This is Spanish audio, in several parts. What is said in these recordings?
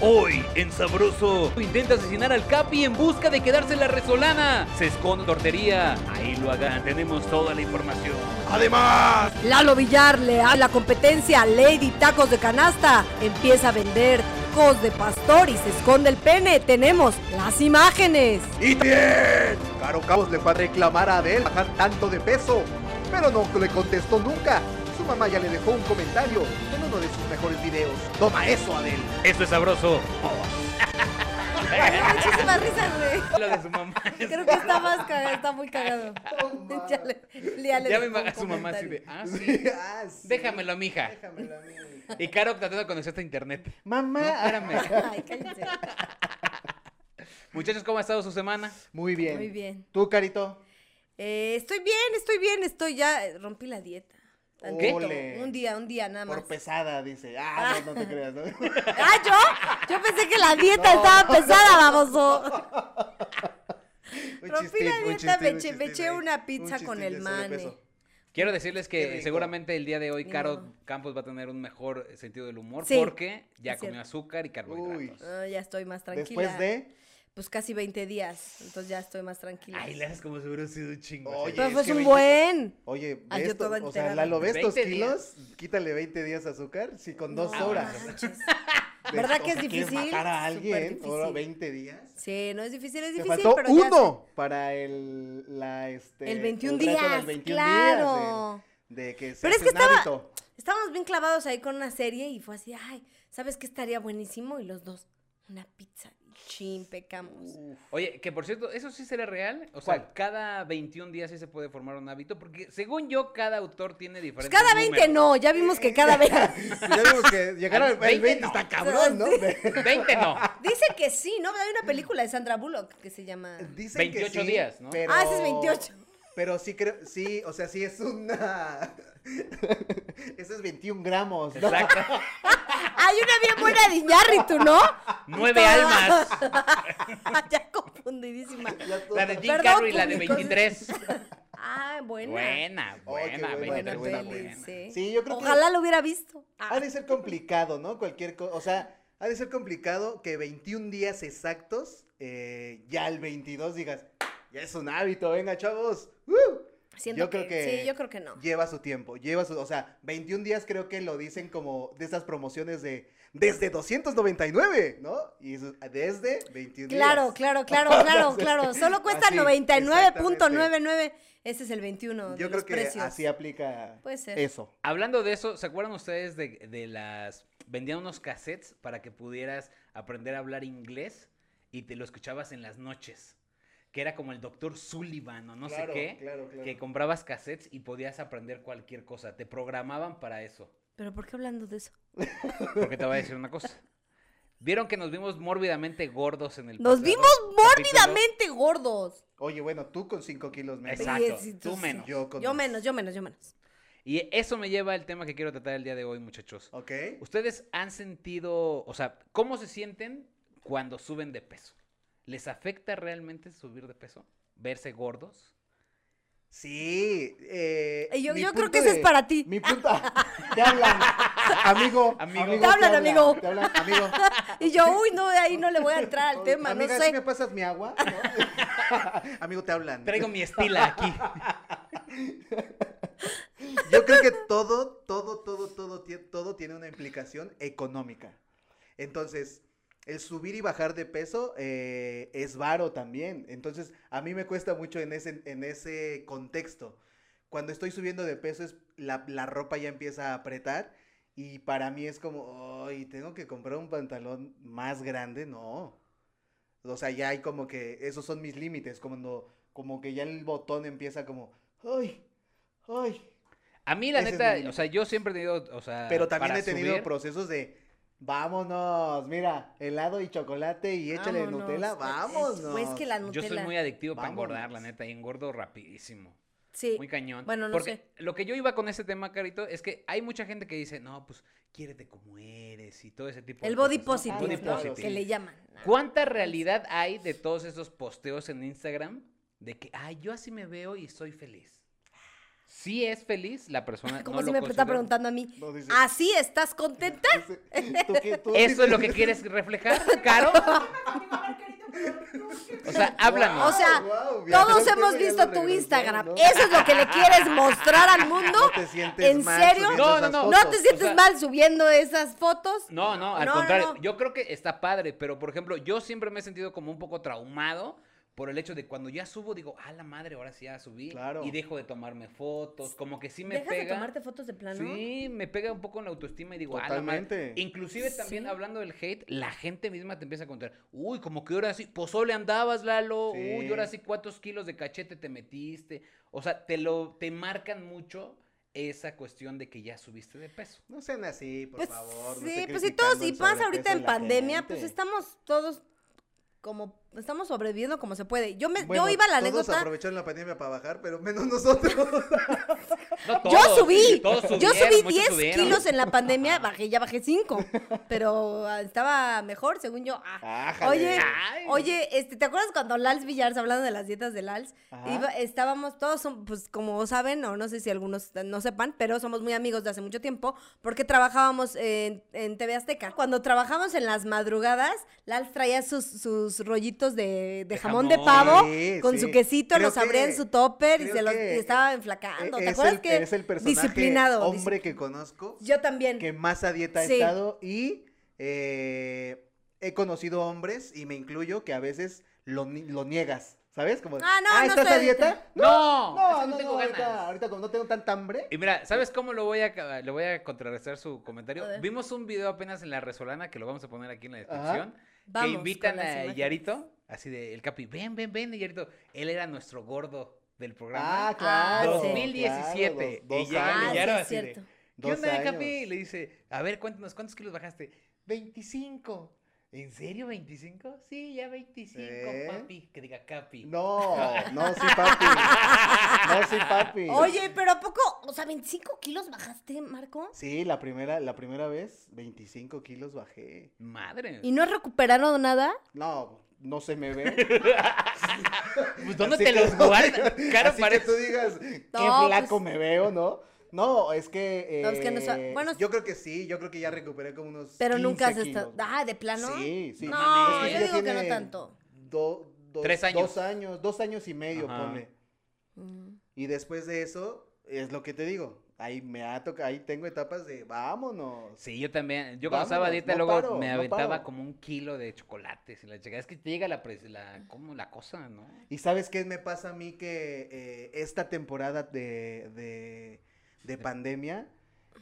Hoy, en Sabroso, intenta asesinar al Capi en busca de quedarse en la resolana. Se esconde en tortería. Ahí lo hagan, tenemos toda la información. Además, Lalo Villar le abre la competencia a Lady Tacos de Canasta. Empieza a vender tacos de pastor y se esconde el pene. Tenemos las imágenes. y bien. Caro Cabos le fue a reclamar a Adel bajar tanto de peso, pero no le contestó nunca. Su mamá ya le dejó un comentario en uno de sus mejores videos. Toma eso, Adel. Esto es Sabroso. Muchísimas risas, güey. Lo de su mamá. Creo que está más cagado, está muy cagado. ya le, ya le Ya me dejó un imagino a su mamá así comentario. de, ah, sí. Ah, sí. Déjamelo, mija. Y Caro tratando de conectarse a internet. No, Mamá. espérame. Ay, cállense. Muchachos, ¿cómo ha estado su semana? Muy bien. Muy bien. ¿Tú, Carito? Eh, estoy bien, estoy bien, estoy ya. eh, Rompí la dieta. Tantito. Ole. Un día, un día nada más. Por pesada, dice. Ah, no, no te creas. ¿no? ¡Ah, yo! Yo pensé que la dieta estaba pesada, baboso. Un Rompí chistín, la un dieta, me chistín, un eché- me chistín eché ahí. una pizza Un con chistín el de sobrepeso. mane. Quiero decirles Qué que rico. seguramente el día de hoy Ni Caro modo. Campos va a tener un mejor eh, sentido del humor Sí, porque ya es comió cierto. azúcar y carbohidratos. Ah, ya estoy más tranquila. Después de. Pues casi 20 días. Entonces ya estoy más tranquila. Ay, le haces como si hubiera sido un chingo. Oye, Pero es fue que un 20 buen. Oye, ve Ah, yo esto- toda o sea, enterada. Lalo, ¿ves estos 20 kilos? Quítale 20 días de azúcar, si con dos No horas. manches. De- ¿Verdad o que es sea, ¿quieres difícil? matar a Súper alguien, ahora difícil. 20 días. Sí, no es difícil, es Te difícil, faltó pero ya uno para el, la, este, El 21 reto de los días, 21 claro. días de, de que se Pero es hace que un estaba- hábito. Estábamos bien clavados ahí con una serie y fue así, ay, ¿sabes qué estaría buenísimo? Y los dos, una pizza. Y Chin, pecamos. Oye, que por cierto, ¿eso sí será real? O sea, ¿Cuál? cada 21 días sí se puede formar un hábito, porque según yo, cada autor tiene Pues diferentes cada 20 números. no, ya vimos que cada 20. Ya digo que llegar Al al 20, 20 no. está cabrón, ¿no? 20 no. Dice que sí, ¿no? Hay una película de Sandra Bullock que se llama... Dicen 28 días, ¿no? pero- Ah, ese es 28. Pero sí creo, sí, o sea, sí es una... Ese es 21 gramos, ¿no? Exacto. Hay una bien buena de Iñárritu, ¿no? Nueve almas. ya confundidísima. Ya todo- La de Jim Perdón, Carrey, la de público. 23. Ah, buena. Buena, Oh, qué buena, buena, qué 23 buena, está peli, buena. sí. Sí, yo creo que- Ojalá lo hubiera visto. Ah, Ha de ser complicado, ¿no? Cualquier cosa. O sea, ha de ser complicado que 21 días exactos, eh, ya al 22 digas, ya es un hábito, venga, chavos. ¡Uh! siento yo creo que- Sí, yo creo que no. Lleva su tiempo, lleva su. O sea, 21 días creo que lo dicen como de estas promociones de. Desde 299, ¿no? Y eso, desde 21 Claro, días. claro, claro, claro, claro. Solo cuesta Así, 99.99. Ese es el 21 de Yo creo los que precios. así aplica Puede ser. eso. Hablando de eso, ¿se acuerdan ustedes de, de las... Vendían unos cassettes para que pudieras aprender a hablar inglés y te lo escuchabas en las noches. Que era como el doctor Sullivan o no Claro, sé qué. claro, claro. Que comprabas cassettes y podías aprender cualquier cosa. Te programaban para eso. Pero ¿por qué hablando de eso? Porque te voy a decir una cosa. Vieron que nos vimos mórbidamente gordos en el Nos pasado vimos capítulo? mórbidamente gordos. Oye, Oye, bueno, tú con 5 kilos menos. Exacto. sí, tú menos. Yo con Yo dos. menos, yo menos, yo menos. Y eso me lleva al tema que quiero tratar el día de hoy, muchachos. Ok. ¿Ustedes han sentido, o sea, cómo se sienten cuando suben de peso? ¿Les afecta realmente subir de peso? ¿Verse gordos? Sí. eh, Eh, yo- mi yo creo punto que ese es para ti. Mi punto. te hablan. Amigo. Amigo. Te hablan, amigo. Te hablan, amigo. Y yo, uy, no, de ahí no le voy a entrar al tema, no Amiga, ¿sí me sé. pasas mi agua? ¿No? amigo, te hablan. Traigo mi estila aquí. Yo creo que todo, todo, todo, todo, tie- todo tiene una implicación económica. Entonces, el subir y bajar de peso eh, es varo también. Entonces, a mí me cuesta mucho en ese, en ese contexto. Cuando estoy subiendo de peso, es, la, la ropa ya empieza a apretar. Y para mí es como, ay, tengo que comprar un pantalón más grande. No. O sea, ya hay como que esos son mis límites. Como, como que ya el botón empieza como, ay, ay. A mí, la Ese es neta, mi- o sea, yo siempre he tenido, o sea, Pero también para he tenido subir- procesos de vámonos, mira, helado y chocolate y pues, échale Vámonos, Nutella, eh, vámonos. Pues que la Yo Nutella. soy muy adictivo para engordar, la Vámonos. neta, y engordo rapidísimo. Sí. Muy cañón. Bueno, no Porque lo que yo iba con ese tema, Carito, es que hay mucha gente que dice, no, pues, quiérete como eres y todo ese tipo El de cosas. body ¿no? positive, Body ¿no? positive. Que le llaman. ¿Cuánta realidad hay de todos esos posteos en Instagram de que, ay, yo así me veo y soy feliz? Sí es feliz la persona. Como no si lo me está considero- preguntando a mí. No, dice- ¿Así estás contenta? Dice, ¿tú qué- tú ¿Eso dices? es lo que quieres reflejar, Caro? O sea, háblanos. O sea, Guau, guau, todos ya hemos lo visto tu regresó, Instagram. ¿no? Eso es lo que le quieres mostrar al mundo. No te sientes ¿En mal serio? subiendo No, esas no, no. ¿No pues, te fotos. sientes O sea- mal subiendo esas fotos? No, no, al No, no, contrario. no. Yo creo que está padre, pero por ejemplo, yo siempre me he sentido como un poco traumado por el hecho de cuando ya subo, digo, ah, la madre, ahora sí ya subí. Claro. Y dejo de tomarme fotos. Como que sí me ¿Dejas de pega. tomarte fotos de plano? Sí, me pega un poco en la autoestima y digo, ah, la madre. Totalmente. Inclusive también Sí. hablando del hate, la gente misma te empieza a contar, uy, como que ahora sí, pozole andabas, Lalo, uy, Sí. ahora sí, cuántos kilos de cachete te metiste. O sea, te lo, te marcan mucho esa cuestión de que ya subiste de peso. No sean así, por Pues favor. no sí, esté pues si criticando todos, el y más ahorita sobrepeso en de la pandemia, gente. pues estamos todos como, estamos sobreviviendo como se puede. Yo me, Bueno, yo iba a la todos anécdota, aprovecharon la pandemia para bajar, pero menos nosotros. No yo todos, subí, todos yo subieron, subí muchos 10 subieron. kilos en la pandemia, bajé, ya bajé 5, pero ah, estaba mejor según yo. Ah, Ájale. Oye, Ay. oye, este, ¿te acuerdas cuando Lals Villars, hablando de las dietas de Lals, Ajá. iba- estábamos todos, son- pues como saben, o no sé si algunos no sepan, pero somos muy amigos de hace mucho tiempo, porque trabajábamos en, en TV Azteca. Cuando trabajamos en las madrugadas, Lals traía sus, sus rollitos de, de De jamón, de jamón. pavo, Sí, con su sí. quesito, Creo los abría en que- su topper y creo se los y que estaba E- enflacando. ¿Te es acuerdas el, que es el personaje disciplinado? hombre que conozco disci- Yo también. que más a dieta Sí. ha estado y eh, he conocido hombres y me incluyo que a veces lo, ni- lo niegas, ¿sabes? Como, Ah, no, no ¿estás a estoy- dieta? No, es No, que no, tengo no, ahorita, ganas. ahorita como no tengo tanta hambre. Y mira, ¿sabes cómo lo voy a ca- le voy a contrarrestar su comentario? A ver. Vimos un video apenas en la Resolana que lo vamos a poner aquí en la Ajá. descripción. Vamos que con invitan las a imágenes. Yarito, así de el Capi, ven, ven, ven, y Yarito. Él era nuestro gordo del programa. Ah, claro. sí. 2017, claro, y dos, dos llega Ah, años, sí, Villaro es así de- cierto. ¿Qué dos onda, años. Capi? Y Le dice, a ver, cuéntanos, ¿cuántos kilos bajaste? 25. ¿En serio 25? Sí, ya 25, ¿Eh? papi. Que diga Capi. No, no, sí, papi. No, sí, papi. Oye, pero ¿a poco? O sea, ¿25 kilos bajaste, Marco? Sí, la primera, la primera vez, 25 kilos bajé. Madre. ¿Y no has recuperado nada? No, no se me ve. Pues, ¿dónde Así te que los no- guardas? Claro, Así parece. que tú digas, qué No, flaco pues- me veo, ¿no? No, es que. No, es que no sa- eh, bueno, yo creo que sí, yo creo que ya recuperé como unos. Pero nunca has 15 estado. kilos. Ah, de plano. Sí, sí. No, mames. yo Es que digo que no tiene tanto. do- dos- Tres años. Dos años, dos años y medio, Ajá. ponle. Mm. Y después de eso, es lo que te digo. Ahí me ha tocado, ahí tengo etapas de vámonos. Sí, yo también. Yo cuando estaba a Vámonos, dieta, no luego paro, me no aventaba paro. como un kilo de chocolates. Y la chica, es que te llega la, pres- la, ¿cómo? la cosa, ¿no? Y sabes qué me pasa a mí que eh, esta temporada de, de, de pandemia,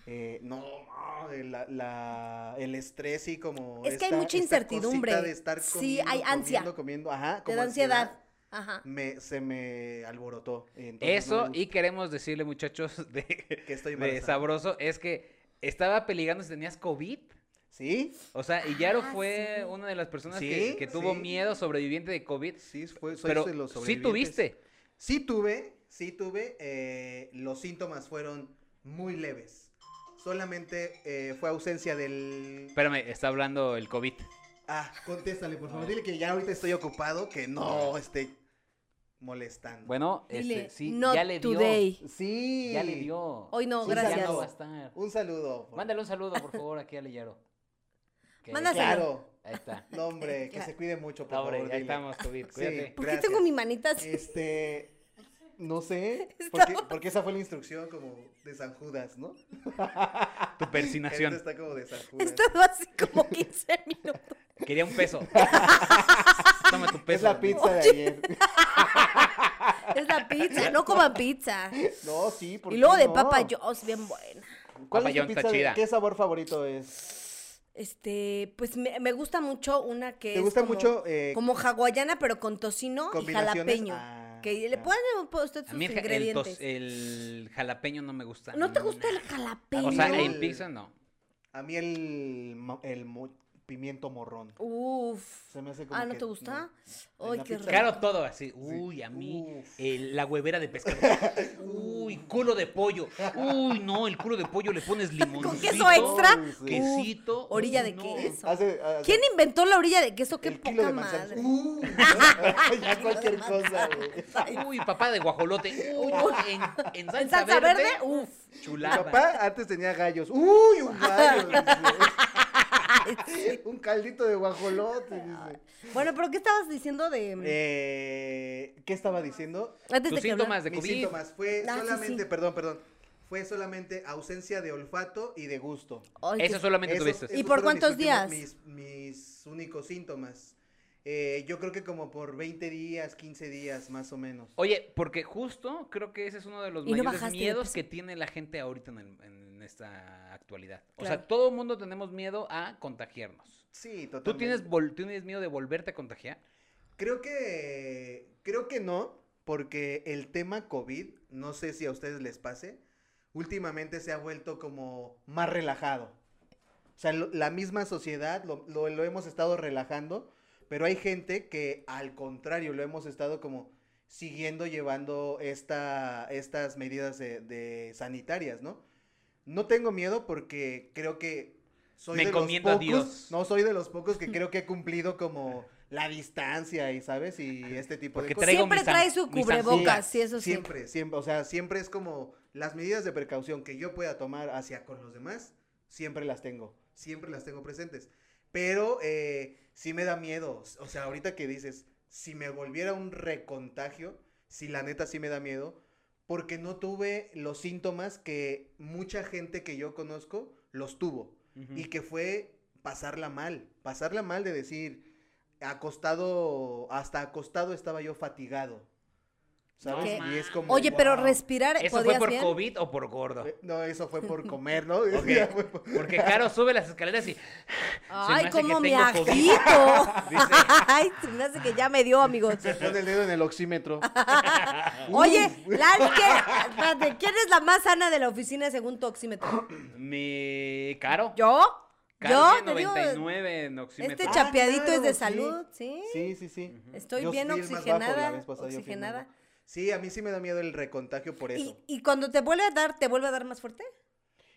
eh, no, no, eh, la- la- el estrés y como... Es que hay mucha esta incertidumbre. cosita de estar Sí, comiendo, hay ansia. comiendo, comiendo, ajá, Te como da ansiedad. Ajá. Me, se me alborotó. entonces no Eso, me y gusta queremos decirle, muchachos, de, que estoy de embarazada. sabroso, es que estaba peligrando si tenías COVID. ¿Sí? O sea, y Yaro Ah, fue sí. una de las personas Sí, que, que tuvo sí. miedo sobreviviente de COVID. Sí, fue, soy Pero de los sí sobrevivientes. tuviste. Sí tuve, sí tuve. eh, los síntomas fueron muy leves. Solamente eh, fue ausencia del... Espérame, está hablando el COVID. Ah, contéstale, por favor. Dile que ya ahorita estoy ocupado, que no esté molestando. Bueno, Dile, este, sí, not ya le dio. today. sí. Ya le dio. Hoy no, Sí, gracias. Ya no va a estar. Un saludo. por- Mándale un saludo, por favor, aquí a Leyaro. Que- Mándaselo. Claro. Ahí está. No, hombre, que Claro. se cuide mucho, por No, hombre, favor. ya dile. estamos, COVID. Sí. Cuídate. ¿Por qué gracias. tengo mi manita así? Este... No sé, porque, porque esa fue la instrucción como de San Judas, ¿no? Tu Esto persinación. está como de San Judas. Estaba así como 15 minutos. Quería un peso. Toma tu peso. es la amigo. pizza de ayer. Es la pizza, no coman pizza. No, sí, porque Y luego de Papa John's, bien buena. ¿Cuál Papa es tu John está pizza de- chida. ¿Qué sabor favorito es? Este, pues me, me gusta mucho una que ¿Te es gusta como, mucho, eh, como hawaiana, pero con tocino y combinaciones? jalapeño. Ah, que le ah. pueden poner usted A sus mí el, ja- el, ingredientes. tos- eh, el jalapeño no me gusta. ¿No te ninguna. gusta el jalapeño? O sea, jalapeño? en pizza no. A mí el, mo- el mo- pimiento morrón. Uf. Se me hace como Ah, ¿no que- te gusta? En Ay, la qué pizza. rico. Claro, todo así. Uy, a mí, Uf. eh, la huevera de pescado. Uy, culo de pollo. Uy, no, el culo de pollo le pones limoncito. ¿Con queso extra? Uy, sí. Quesito. Uf, orilla de no. queso. Hace- hace- ¿Quién inventó la orilla de queso? Qué el kilo poca de manzana. madre. Uh, ya cualquier cosa, güey. Uy, papá de guajolote. Uy, en, en salsa, En salsa verde, uf. Mi Chulada. papá antes tenía gallos. ¡Uy, un gallo! dice. un caldito de guajolote. dice. Bueno, pero ¿qué estabas diciendo de Eh, ¿Qué estaba diciendo? antes Tus de que hablar- síntomas de Mis COVID. síntomas fue Ah, sí, solamente, sí. perdón, perdón. Fue solamente ausencia de olfato y de gusto. Ay, Eso qué- solamente Eso- tuviste. esos ¿Y por fueron mis cuántos últimos- días? Mis, mis únicos síntomas. Eh, yo creo que como por 20 días, 15 días más o menos. Oye, porque justo creo que ese es uno de los Y no mayores bajaste de miedos peso. que tiene la gente ahorita en, el- en esta actualidad. O Claro. sea, todo el mundo tenemos miedo a contagiarnos. Sí, ¿Tú totalmente. tienes, vol- tienes miedo de volverte a contagiar? Creo que creo que no, porque el tema COVID, no sé si a ustedes les pase, últimamente se ha vuelto como más relajado. O sea, lo- la misma sociedad lo, lo- lo hemos estado relajando, pero hay gente que al contrario lo hemos estado como siguiendo llevando esta, estas medidas de, de sanitarias, ¿no? No tengo miedo porque creo que soy Me de los encomiendo a pocos- Dios. No, soy de los pocos que creo que he cumplido como la distancia y, ¿sabes? Y este tipo Porque de cosas. traigo Siempre mis am- trae su mis cubrebocas, amigas. sí, eso sí. Siempre, siempre, o sea, siempre es como las medidas de precaución que yo pueda tomar hacia con los demás, siempre las tengo, siempre las tengo presentes. Pero eh, sí me da miedo, o sea, ahorita que dices, si me volviera un recontagio, si la neta sí me da miedo, porque no tuve los síntomas que mucha gente que yo conozco los tuvo y que fue pasarla mal, pasarla mal de decir, acostado, hasta acostado estaba yo fatigado. ¿Sabes? Ok. Y es como, Oye, pero "Wow". respirar, ¿Eso fue ¿podías por bien? COVID o por gordo? Eh, No, eso fue por comer, ¿no? Ok. ¿Eh? Porque Caro sube las escaleras y me Ay, hace como que me tengo COVID. agito. Dice. Ay, se me hace que ya me dio, amigos. Se pone el dedo en el oxímetro. Oye, Lali, ¿qué- espérate, ¿quién es la más sana de la oficina según tu oxímetro? me Caro. ¿Yo? Caro ¿Yo? Te tiene digo, 99 en oxímetro. este Ah, chapeadito es de claro, sí. salud, ¿sí? Sí, sí, sí. Estoy Yo bien fui el más bajo, la oxigenada, vez pasada yo fui el más oxigenada. bajo. Sí, a mí sí me da miedo el recontagio por eso. ¿Y, y cuando te vuelve a dar, te vuelve a dar más fuerte?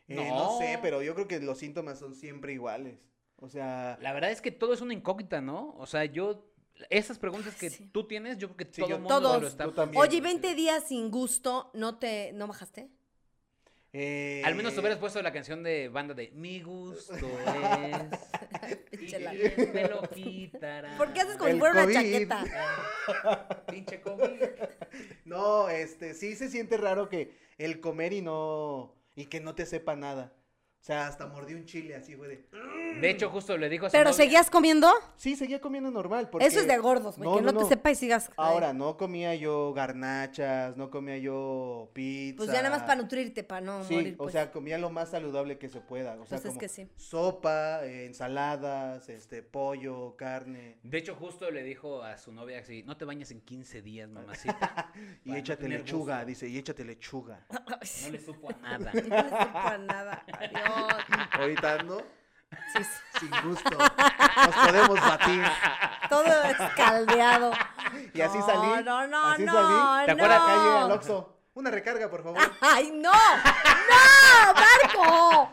Eh, no. No. sé, pero yo creo que los síntomas son siempre iguales. O sea, La verdad es que todo es una incógnita, ¿no? O sea, yo. Esas preguntas que Sí. tú tienes, yo creo que Sí, todo yo- el mundo Todos. lo está. Yo también. Bien, Oye, ¿y pues, 20 días sin gusto, ¿no te, no bajaste? eh, Al menos te hubieras puesto la canción de banda de Mi gusto es. y Chela. quién me lo quitará. ¿Por qué haces como El si fuera una COVID. chaqueta? Pinche COVID. No, este, sí se siente raro que el comer y no, y que no te sepa nada. O sea, hasta mordí un chile así fue de. De hecho, justo le dijo a su ¿Pero novia- seguías comiendo? Sí, seguía comiendo normal. Eso es porque- de gordos, güey, No, que no, no, no. te sepa y sigas. Ahora, no comía yo garnachas, no comía yo pizza. Pues ya nada más para nutrirte, para no Sí, morir. o pues. sea, comía lo más saludable que se pueda. O sea, Pues es como que sí. sopa, eh, ensaladas, este, pollo, carne. De hecho, justo le dijo a su novia así: No te bañes en 15 días, mamacita. Y Para no échate tener lechuga, gusto. dice, y échate lechuga. No le supo a nada. No les sepa nada. Adiós. Ahorita no, Sí, sí. sin gusto. Nos podemos batir. Todo escaldeado. Y así No, salí. No, no, así no. salí. ¿Te no. Ah, acuerdas La calle al Oxxo. Una recarga, por favor. ¡Ay, no! ¡No! ¡Marco!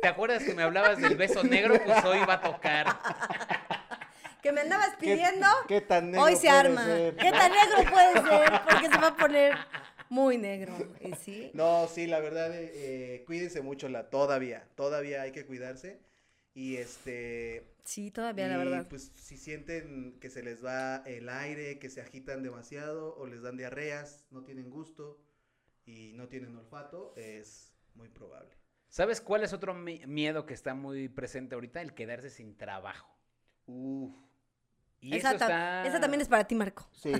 ¿Te acuerdas que me hablabas del beso negro? Pues hoy va a tocar. Que me andabas ¿Qué- pidiendo. ¿Qué tan negro Hoy se puede arma. ser? ¿Qué tan negro puede ser? Porque se va a poner muy negro. ¿Y sí? No, sí, la verdad, eh, eh, cuídense mucho la, todavía, todavía hay que cuidarse. Y este, Sí, todavía, la y, verdad. pues si sienten que se les va el aire, que se agitan demasiado o les dan diarreas, no tienen gusto y no tienen olfato, es muy probable. ¿Sabes cuál es otro mi- miedo que está muy presente ahorita? El quedarse sin trabajo. Uf, Y esa, eso ta- está... esa también es para ti, Marco. sí.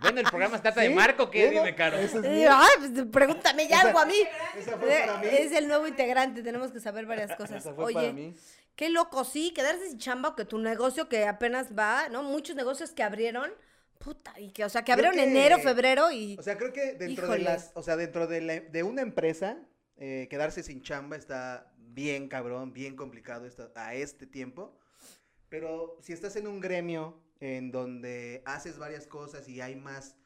Bueno, el programa se trata de Marco, ¿qué? Dime, Caro. Esa, es Eh, mía. ay, pues, pregúntame ya algo a mí. esa fue para mí. Eh, Es el nuevo integrante, tenemos que saber varias cosas. Esa fue Oye, para mí. qué loco, sí, quedarse sin chamba o que tu negocio que apenas va, ¿no? Muchos negocios que abrieron, puta, y que, o sea, que Creo abrieron que- enero, febrero y... O sea, creo que dentro Híjole. de las, o sea, dentro de, la- de una empresa, eh, quedarse sin chamba está bien cabrón, bien complicado esta- a este tiempo. Pero si estás en un gremio en donde haces varias cosas y hay más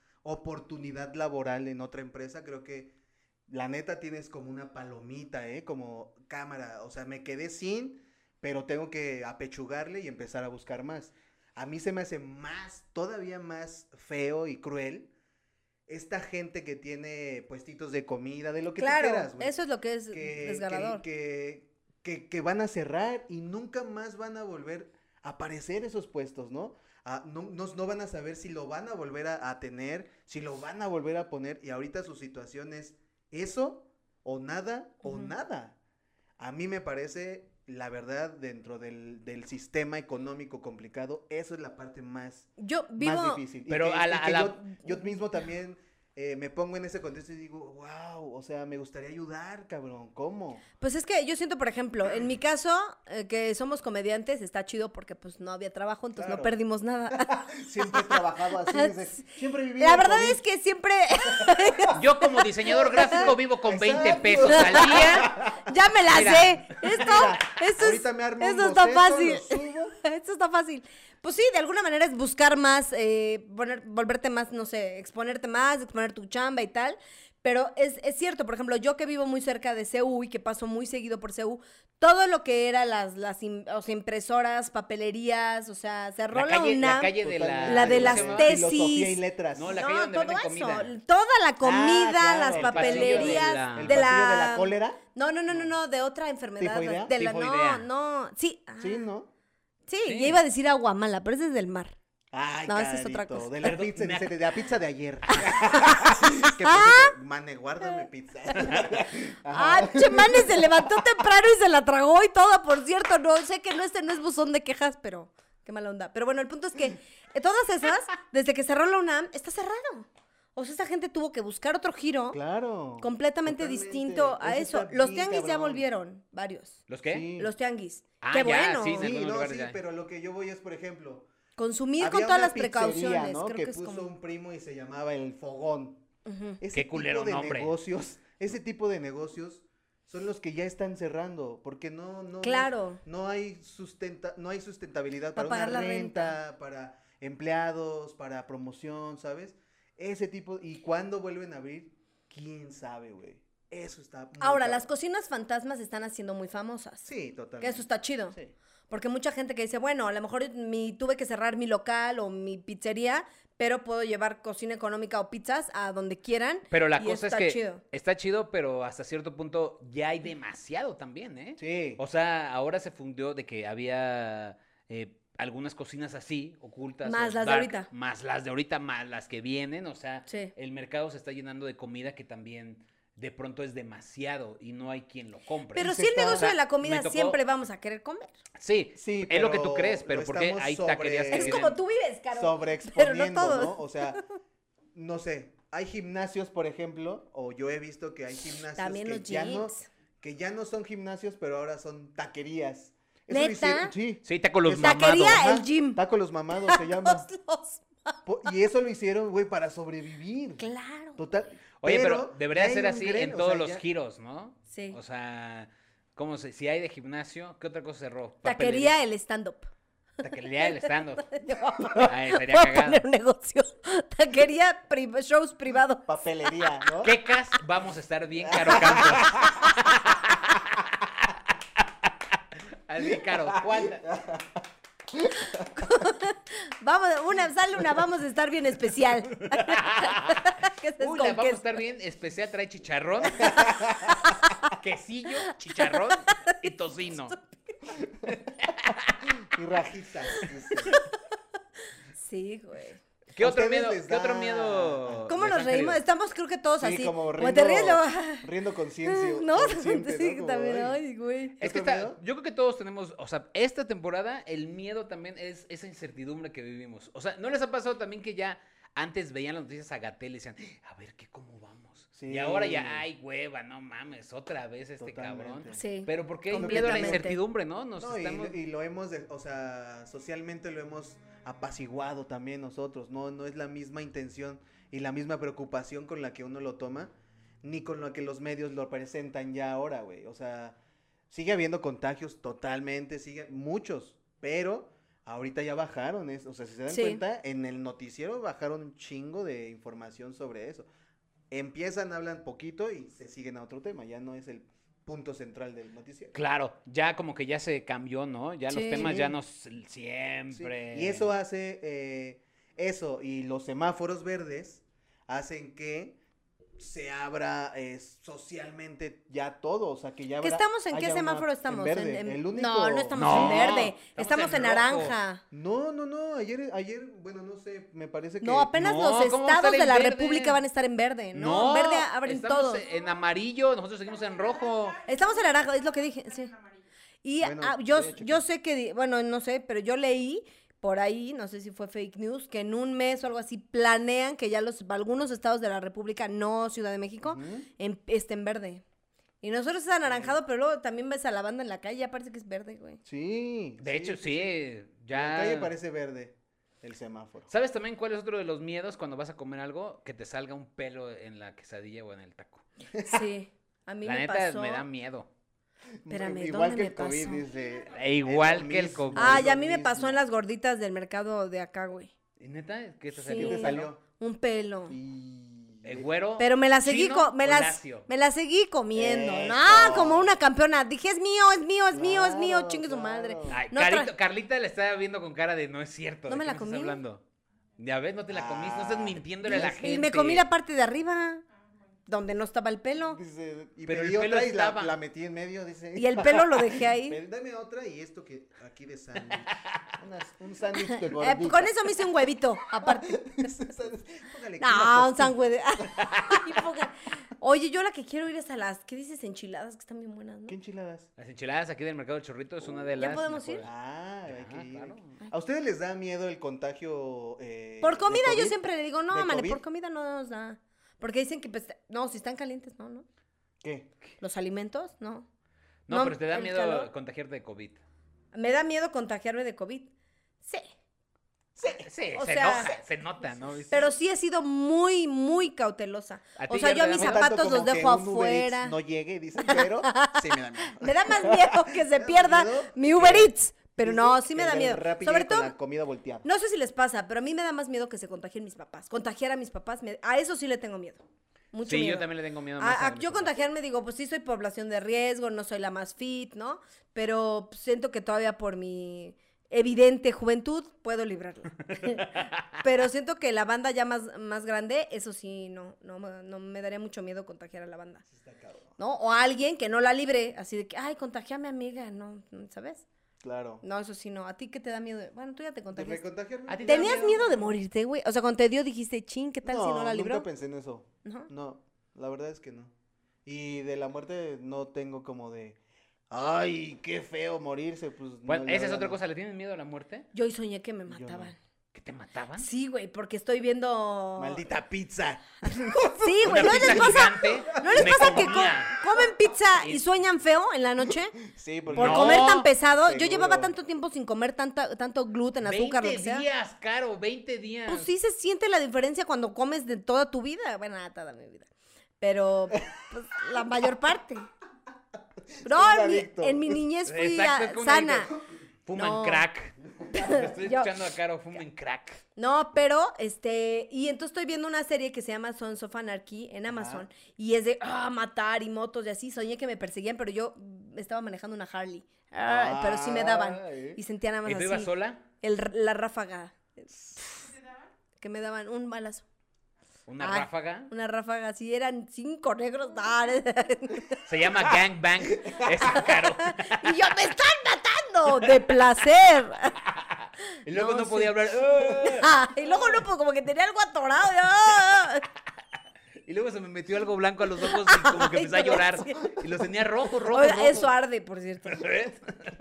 oportunidad laboral en otra empresa, creo que la neta tienes como una palomita, ¿eh? Como cámara. O sea, me quedé sin, pero tengo que apechugarle y empezar a buscar más. A mí se me hace más, todavía más feo y cruel esta gente que tiene puestitos de comida, de lo que tú claro, quieras, güey eso es lo que es que, desgarrador. que- que- que- que van a cerrar y nunca más van a volver a aparecer esos puestos, ¿no? Ah, no, no, no van a saber si lo van a volver a, a tener, si lo van a volver a poner. Y ahorita su situación es eso o nada o Ujú. nada. A mí me parece, la verdad, dentro del, del sistema económico complicado, eso es la parte más, Yo vivo. más difícil. Y Pero que- a y la- a que la- yo- yo mismo también eh, me pongo en ese contexto y digo, wow, o sea, me gustaría ayudar, cabrón, ¿cómo? Pues es que yo siento, por ejemplo, en mi caso, eh, que somos comediantes, está chido porque pues no había trabajo, entonces no Claro. perdimos nada. Siempre he trabajado así, desde- siempre he vivido. La en verdad COVID. es que siempre Yo como diseñador gráfico vivo con 20 Exacto. pesos Pues, al día. ya me la Mira, sé. Esto, Mira, esto es- ahorita me armo un esto está boceto, fácil. lo subo. Esto está fácil. Pues sí, de alguna manera es buscar más, eh, poner- volverte más, no sé, exponerte más, exponer tu chamba y tal. Pero es, es cierto, por ejemplo, yo que vivo muy cerca de CEU y que paso muy seguido por CEU, todo lo que era las, las im- o sea, impresoras, papelerías, o sea, cerró La la, calle, la UNAM. calle de la... Totalmente. La de ¿cómo las se llama? tesis. Ah, Filosofía y letras. No, la- calle donde todo venden comida. Ah, Toda la comida, claro, las pasillo el de papelerías, la- El de, pasillo la... de la cólera. No, no, no, no, no, de otra enfermedad. ¿Tifoidea? De la... No, Tifoidea. no, sí. ah, Sí, ¿no? Sí, Sí. ya iba a decir agua mala, pero ese es del mar. Ay, No, esa es otra carito, cosa. De la Perdón, pizza, me dice, ac- de la pizza de ayer. que por cierto, mane, guárdame pizza. Ajá. Ah, che, manes, se levantó temprano y se la tragó y todo, por cierto. No sé que no, este no es buzón de quejas, pero qué mala onda. Pero bueno, el punto es que eh, todas esas, desde que cerró la UNAM, está cerrado. O sea, esa gente tuvo que buscar otro giro Claro. completamente Totalmente, distinto a eso eso. está Los bien, tianguis ya cabrón. volvieron, varios. ¿Los qué? Sí. Los tianguis. Ah, qué ya, bueno. sí, En Sí, algunos no, lugares sí, ya. pero lo que yo voy es, por ejemplo, Consumir había con todas una las pizzería, precauciones. ¿no? Creo que, que, es puso como. un primo y se llamaba El Fogón. Ujú. Ese Qué culero tipo de nombre. negocios, ese tipo de negocios son los que ya están cerrando, porque no, no, no- Claro. no, hay sustenta, no hay sustentabilidad Pa' para, una pagar la renta, para empleados, para promoción, ¿sabes? Ese tipo, y cuándo vuelven a abrir, quién sabe, güey. Eso está muy Ahora, cabrón. las cocinas fantasmas se están haciendo muy famosas. Sí, Que totalmente. eso está chido. Sí. Porque mucha gente que dice, bueno, a lo mejor mi, tuve que cerrar mi local o mi pizzería, pero puedo llevar cocina económica o pizzas a donde quieran. Pero la y cosa es está que chido. está chido, pero hasta cierto punto ya hay demasiado también, ¿eh? Sí. O sea, ahora se fundió de que había eh, algunas cocinas así, ocultas. Más o las de ahorita. Más las de ahorita, más las que vienen. O sea, Sí. el mercado se está llenando de comida que también de pronto es demasiado y no hay quien lo compre. Pero sí se el está- negocio de la me comida tocó- siempre vamos a querer comer. Sí, Sí, es lo que tú pero crees, lo pero porque estamos hay sobre- taquerías que es Evidente. como tú vives, Caro. Eh, sobreexponiendo, Pero no todos. ¿no? O sea, no sé, hay gimnasios, por ejemplo, o yo he visto que hay gimnasios También que, los ya no, gyms. que ya no son gimnasios, pero ahora son taquerías. ¿Neta? hicieron- sí. Sí, taco los Taquería, mamados. el gym. Taco los mamados se llama. Todos los- Po- Y eso lo hicieron, güey, para sobrevivir. Claro. Total. Oye, pero, ya debería hay ser un así gran- en o todos sea, los ya- giros, ¿no? Sí. O sea, ¿cómo se, si hay de gimnasio, ¿qué otra cosa cerró? Papelería. Taquería, el stand-up. Taquería del stand-up. Yo voy Ay, sería a cagado. poner un negocio. Taquería, pri- shows privados. Papelería, ¿no? Quecas, vamos a estar bien caro Campos. Así caro, ¿cuántas? Vamos, una, sale una, vamos a estar bien especial. Que ese es Una, con vamos a queso. estar bien, especial trae chicharrón, quesillo, chicharrón y tocino. Y rajitas. este, sí, sí. Sí, güey. ¿Qué ¿A otro ustedes miedo? les ¿Qué otro da- miedo? ¿Cómo les nos han reímos? querido? Estamos creo que todos así. Sí, como Cuando riendo, te ríes, luego, riendo consciencio- ¿no? consciente, sí, ¿no? Como, también, ay. ay, güey. Es que ¿Otro está- miedo? yo creo que todos tenemos, o sea, esta temporada el miedo también es esa incertidumbre que vivimos. O sea, ¿no les ha pasado también que ya antes veían las noticias a Gatel y decían, a ver, ¿qué cómo vamos? Y ahora Sí. ya, ay, hueva, no mames, otra vez este cabrón. Totalmente. Sí. Pero porque hay miedo a la Completamente. incertidumbre, ¿no? Nos No, y, estamos... y lo hemos, de- o sea, socialmente lo hemos apaciguado también nosotros, no, no es la misma intención y la misma preocupación con la que uno lo toma, ni con la que los medios lo presentan ya ahora, güey, o sea, Sigue habiendo contagios totalmente, sigue muchos, pero ahorita ya bajaron, es- o sea, si se dan Sí. cuenta, en el noticiero bajaron un chingo de información sobre eso. Empiezan, hablan poquito y se siguen a otro tema, ya no es el punto central del noticiero. Claro, ya como que ya se cambió, ¿no? Ya los Sí. temas ya Sí. nos Sí, siempre. Y eso hace, eh, eso y los semáforos verdes hacen que se abra eh, socialmente ya todo, o sea, que ya ¿Qué habrá- estamos en qué haya una- semáforo estamos? En verde, En- en- el único- No, no estamos No, en verde. estamos Estamos en en rojo. naranja. No, no, no, ayer, ayer, bueno, no sé, me parece que... No, apenas No, los ¿cómo va a estar estados de en la verde? República van a estar en verde, ¿no? No, En verde abren estamos todos. en amarillo, nosotros seguimos en rojo. Estamos en naranja, es lo que dije, sí. Y Bueno, ah, voy yo, a checar. yo sé que, di- bueno, no sé, pero yo leí por ahí, no sé si fue fake news, que en un mes o algo así planean que ya los algunos estados de la República, no Ciudad de México, Ujú. en, esté en verde. Y nosotros es anaranjado, pero luego también ves a la banda en la calle, ya parece que es verde, güey. Sí. De sí, hecho, sí, sí, La ya. calle parece verde, el semáforo. ¿Sabes también cuál es otro de los miedos cuando vas a comer algo? Que te salga un pelo en la quesadilla o en el taco. Sí, a mí la me neta pasó. me da miedo. Espérame, Igual ¿dónde que me el COVID, pasó? dice... E es lo igual que el mismo, COVID. Ah, es ya a lo mí me pasó en mismo. las gorditas del mercado de acá, güey. ¿Y neta? ¿Qué te Sí. salió? ¿Qué pues, te Sí. salió? Un pelo. Y- ¿El güero? Pero me la seguí, chino co- me o las, lacio? me la seguí comiendo. Eso. Ah, como una campeona. Dije, es mío, es mío, es mío, es mío. Claro, Chingue su madre. claro. Ay, No Carito- tra- Carlita la estaba viendo con cara de no es cierto. No ¿de me qué la estás comí. hablando? Ya ves, no te la comiste, no estás Ah, mintiéndole a la gente. Y me comí la parte de arriba, donde no estaba el pelo. Dice, y Pero el pedí pelo otra y la, estaba. la metí en medio, dice. Y el pelo lo dejé ahí. Pero Dame otra y esto que aquí de sándwich. pues, Unas- un sándwich de Eh, gordita. con eso me hice un huevito, aparte. Póngale aquí No, un una cosa. sangüe de... Ay, poca- Oye, yo la que quiero ir es a las, ¿qué dices? Enchiladas, que están bien buenas, ¿no? ¿Qué enchiladas? Las enchiladas aquí del Mercado del Chorrito es una de ¿ya las. podemos ir? mejores. Ah, hay que Ajá, ir, hay claro. que- ¿A ustedes les da miedo el contagio? eh, Por de comida yo COVID? siempre le digo, ¿De no, mane, COVID? por comida no nos da. Porque dicen que, pues, no, si están calientes, no, no. ¿Qué? Los alimentos, no. No, No, pero te da el miedo calor. contagiarte de COVID. Me da miedo contagiarme de COVID. Sí. Sí, Eh, O se sea, enoja, se nota, ¿no? ¿Viste? Pero sí he sido muy, muy cautelosa. ¿A ti O sea, ya yo a te da mis miedo? Tanto zapatos como los que dejo un Uber Eats afuera. No llegue, dicen, pero sí me da miedo. Me da más miedo que Me se da pierda miedo mi Uber que- Eats. Pero no, Dicen sí que me da el miedo. Rappi Sobre llega con todo, la comida volteada. no sé si les pasa, pero a mí me da más miedo que se contagien mis papás. Contagiar a mis papás, me- a eso sí le tengo miedo. Mucho Sí, miedo. yo también le tengo miedo A- más a- mis yo papás. contagiarme digo, pues sí soy población de riesgo, no soy la más fit, ¿no? Pero pues, siento que todavía por mi evidente juventud puedo librarla. Pero siento que la banda ya más, más grande, eso sí, no, no, me- no me daría mucho miedo contagiar a la banda, Sí está cabrón. ¿no? O a alguien que no la libre, así de que, ay, contagiame amiga, no, ¿sabes? Claro. No, eso sí, no. ¿A ti qué te da miedo? Bueno, tú ya te ¿De contagiaste. recontagiarme? ¿A ti te da ¿Tenías miedo de morirte, güey? O sea, cuando te dio dijiste, ching, ¿qué tal si no la libró? Nunca pensé en eso. Ajá. No, la verdad es que no. Y de la muerte no tengo como de. Ay, qué feo morirse. Pues, no, Bueno, la esa es verdad otra no. cosa. ¿Le tienes miedo a la muerte? Yo hoy soñé que me Yo no. mataban. ¿Que te mataban? Sí, güey, porque estoy viendo. Maldita pizza. Sí, güey. ¿No les pasa, ¿no les pasa que co- comen pizza y sueñan feo en la noche? Sí, porque. Por No, comer tan pesado. Yo Pues seguro. llevaba tanto tiempo sin comer tanta, tanto gluten, azúcar, lo que 20 sea. días, Caro, 20 días. Pues sí se siente la diferencia cuando comes de toda tu vida. Bueno, nada, toda mi vida. Pero pues, la mayor parte. No, un en mi, adicto. en mi niñez fui Exacto, es ah, como una sana. adicción. Fuman No. crack. Estoy Yo- escuchando a Caro, fumen crack. No, pero, este, y entonces estoy viendo una serie que se llama Sons of Anarchy en Amazon, y es de, ah, matar y motos y así, soñé que me perseguían, pero yo mm, estaba manejando una Harley, Ah, pero sí me daban, Ay. y sentía nada más ¿Y tú así, ibas sola? el r- la ráfaga, que me daban un balazo, ¿Una Ah. ráfaga? una ráfaga, así eran cinco negros, ah, Se llama gangbang. Es Caro. y yo, me están matando, de placer, Y luego No, no, sí. podía hablar. "Ah". y luego no, pues, como que tenía algo atorado, y, ah. Y luego se me metió algo blanco a los ojos y como que Ay, empecé a no, llorar. sí. Y los tenía rojo, rojo, Oiga, rojo. eso arde, por cierto. ¿Ves?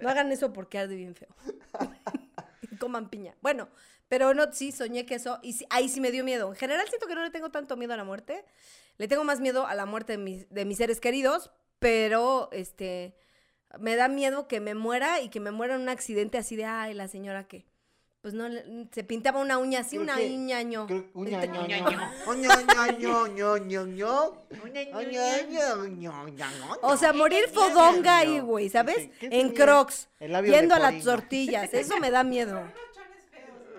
No hagan eso porque arde bien feo. Y Coman piña. Bueno, pero no, sí, soñé que eso. Y sí- ahí sí me dio miedo. En general siento que no le tengo tanto miedo a la muerte. Le tengo más miedo a la muerte de mis, de mis seres queridos, pero este me da miedo que me muera y que me muera en un accidente así de, ay, la señora que pues no, le- se pintaba una uña así, Creo una que- uñaño. Creo- uña, ño, Uña, ño. ño. Uña, ño, ño, ño, ño, ño. Uña, ño, ño, ño, ño. O sea, morir fodonga ahí, güey, ¿sabes? Sí, sí. ¿Qué En tenía? crocs, El labio yendo de a las coringa. tortillas. Eso me da miedo.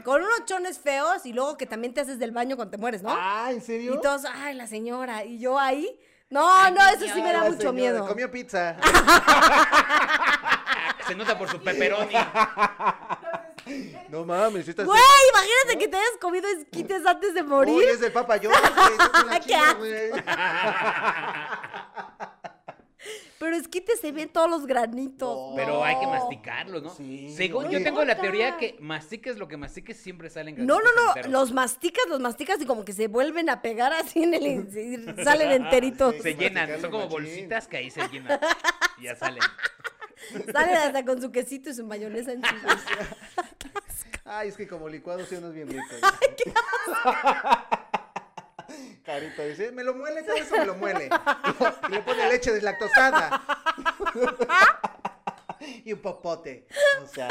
Con unos chones feos y luego que también te haces del baño cuando te mueres, ¿no? Ah, ¿en serio? Y todos, ay, la señora. Y yo ahí. No, no, eso sí me Ah, da la mucho señora miedo. Comió pizza. Se nota por su peperoni. No mames, esta Güey, imagínate que te hayas comido esquites antes de morir. Uy, es de Papa John's, güey, esa es una Qué chinga, asco. güey. Pero esquites se ven todos los granitos. No. Pero hay que No. masticarlo, ¿no? Sí. Según No yo tengo la teoría importa. que mastiques lo que mastiques siempre salen No, no, no, grasitos enteros. los masticas, los masticas y como que se vuelven a pegar así en el y salen enteritos. Sí, Se llenan, masticarlo, son como machín. bolsitas que ahí se llenan. Y ya salen. Salen hasta con su quesito y su mayonesa en chingos. Ay, es que como licuado sí uno es bien rico. Carita dice, me lo muele, todo eso me lo muele. Y le pone leche deslactosada. y un popote. O sea,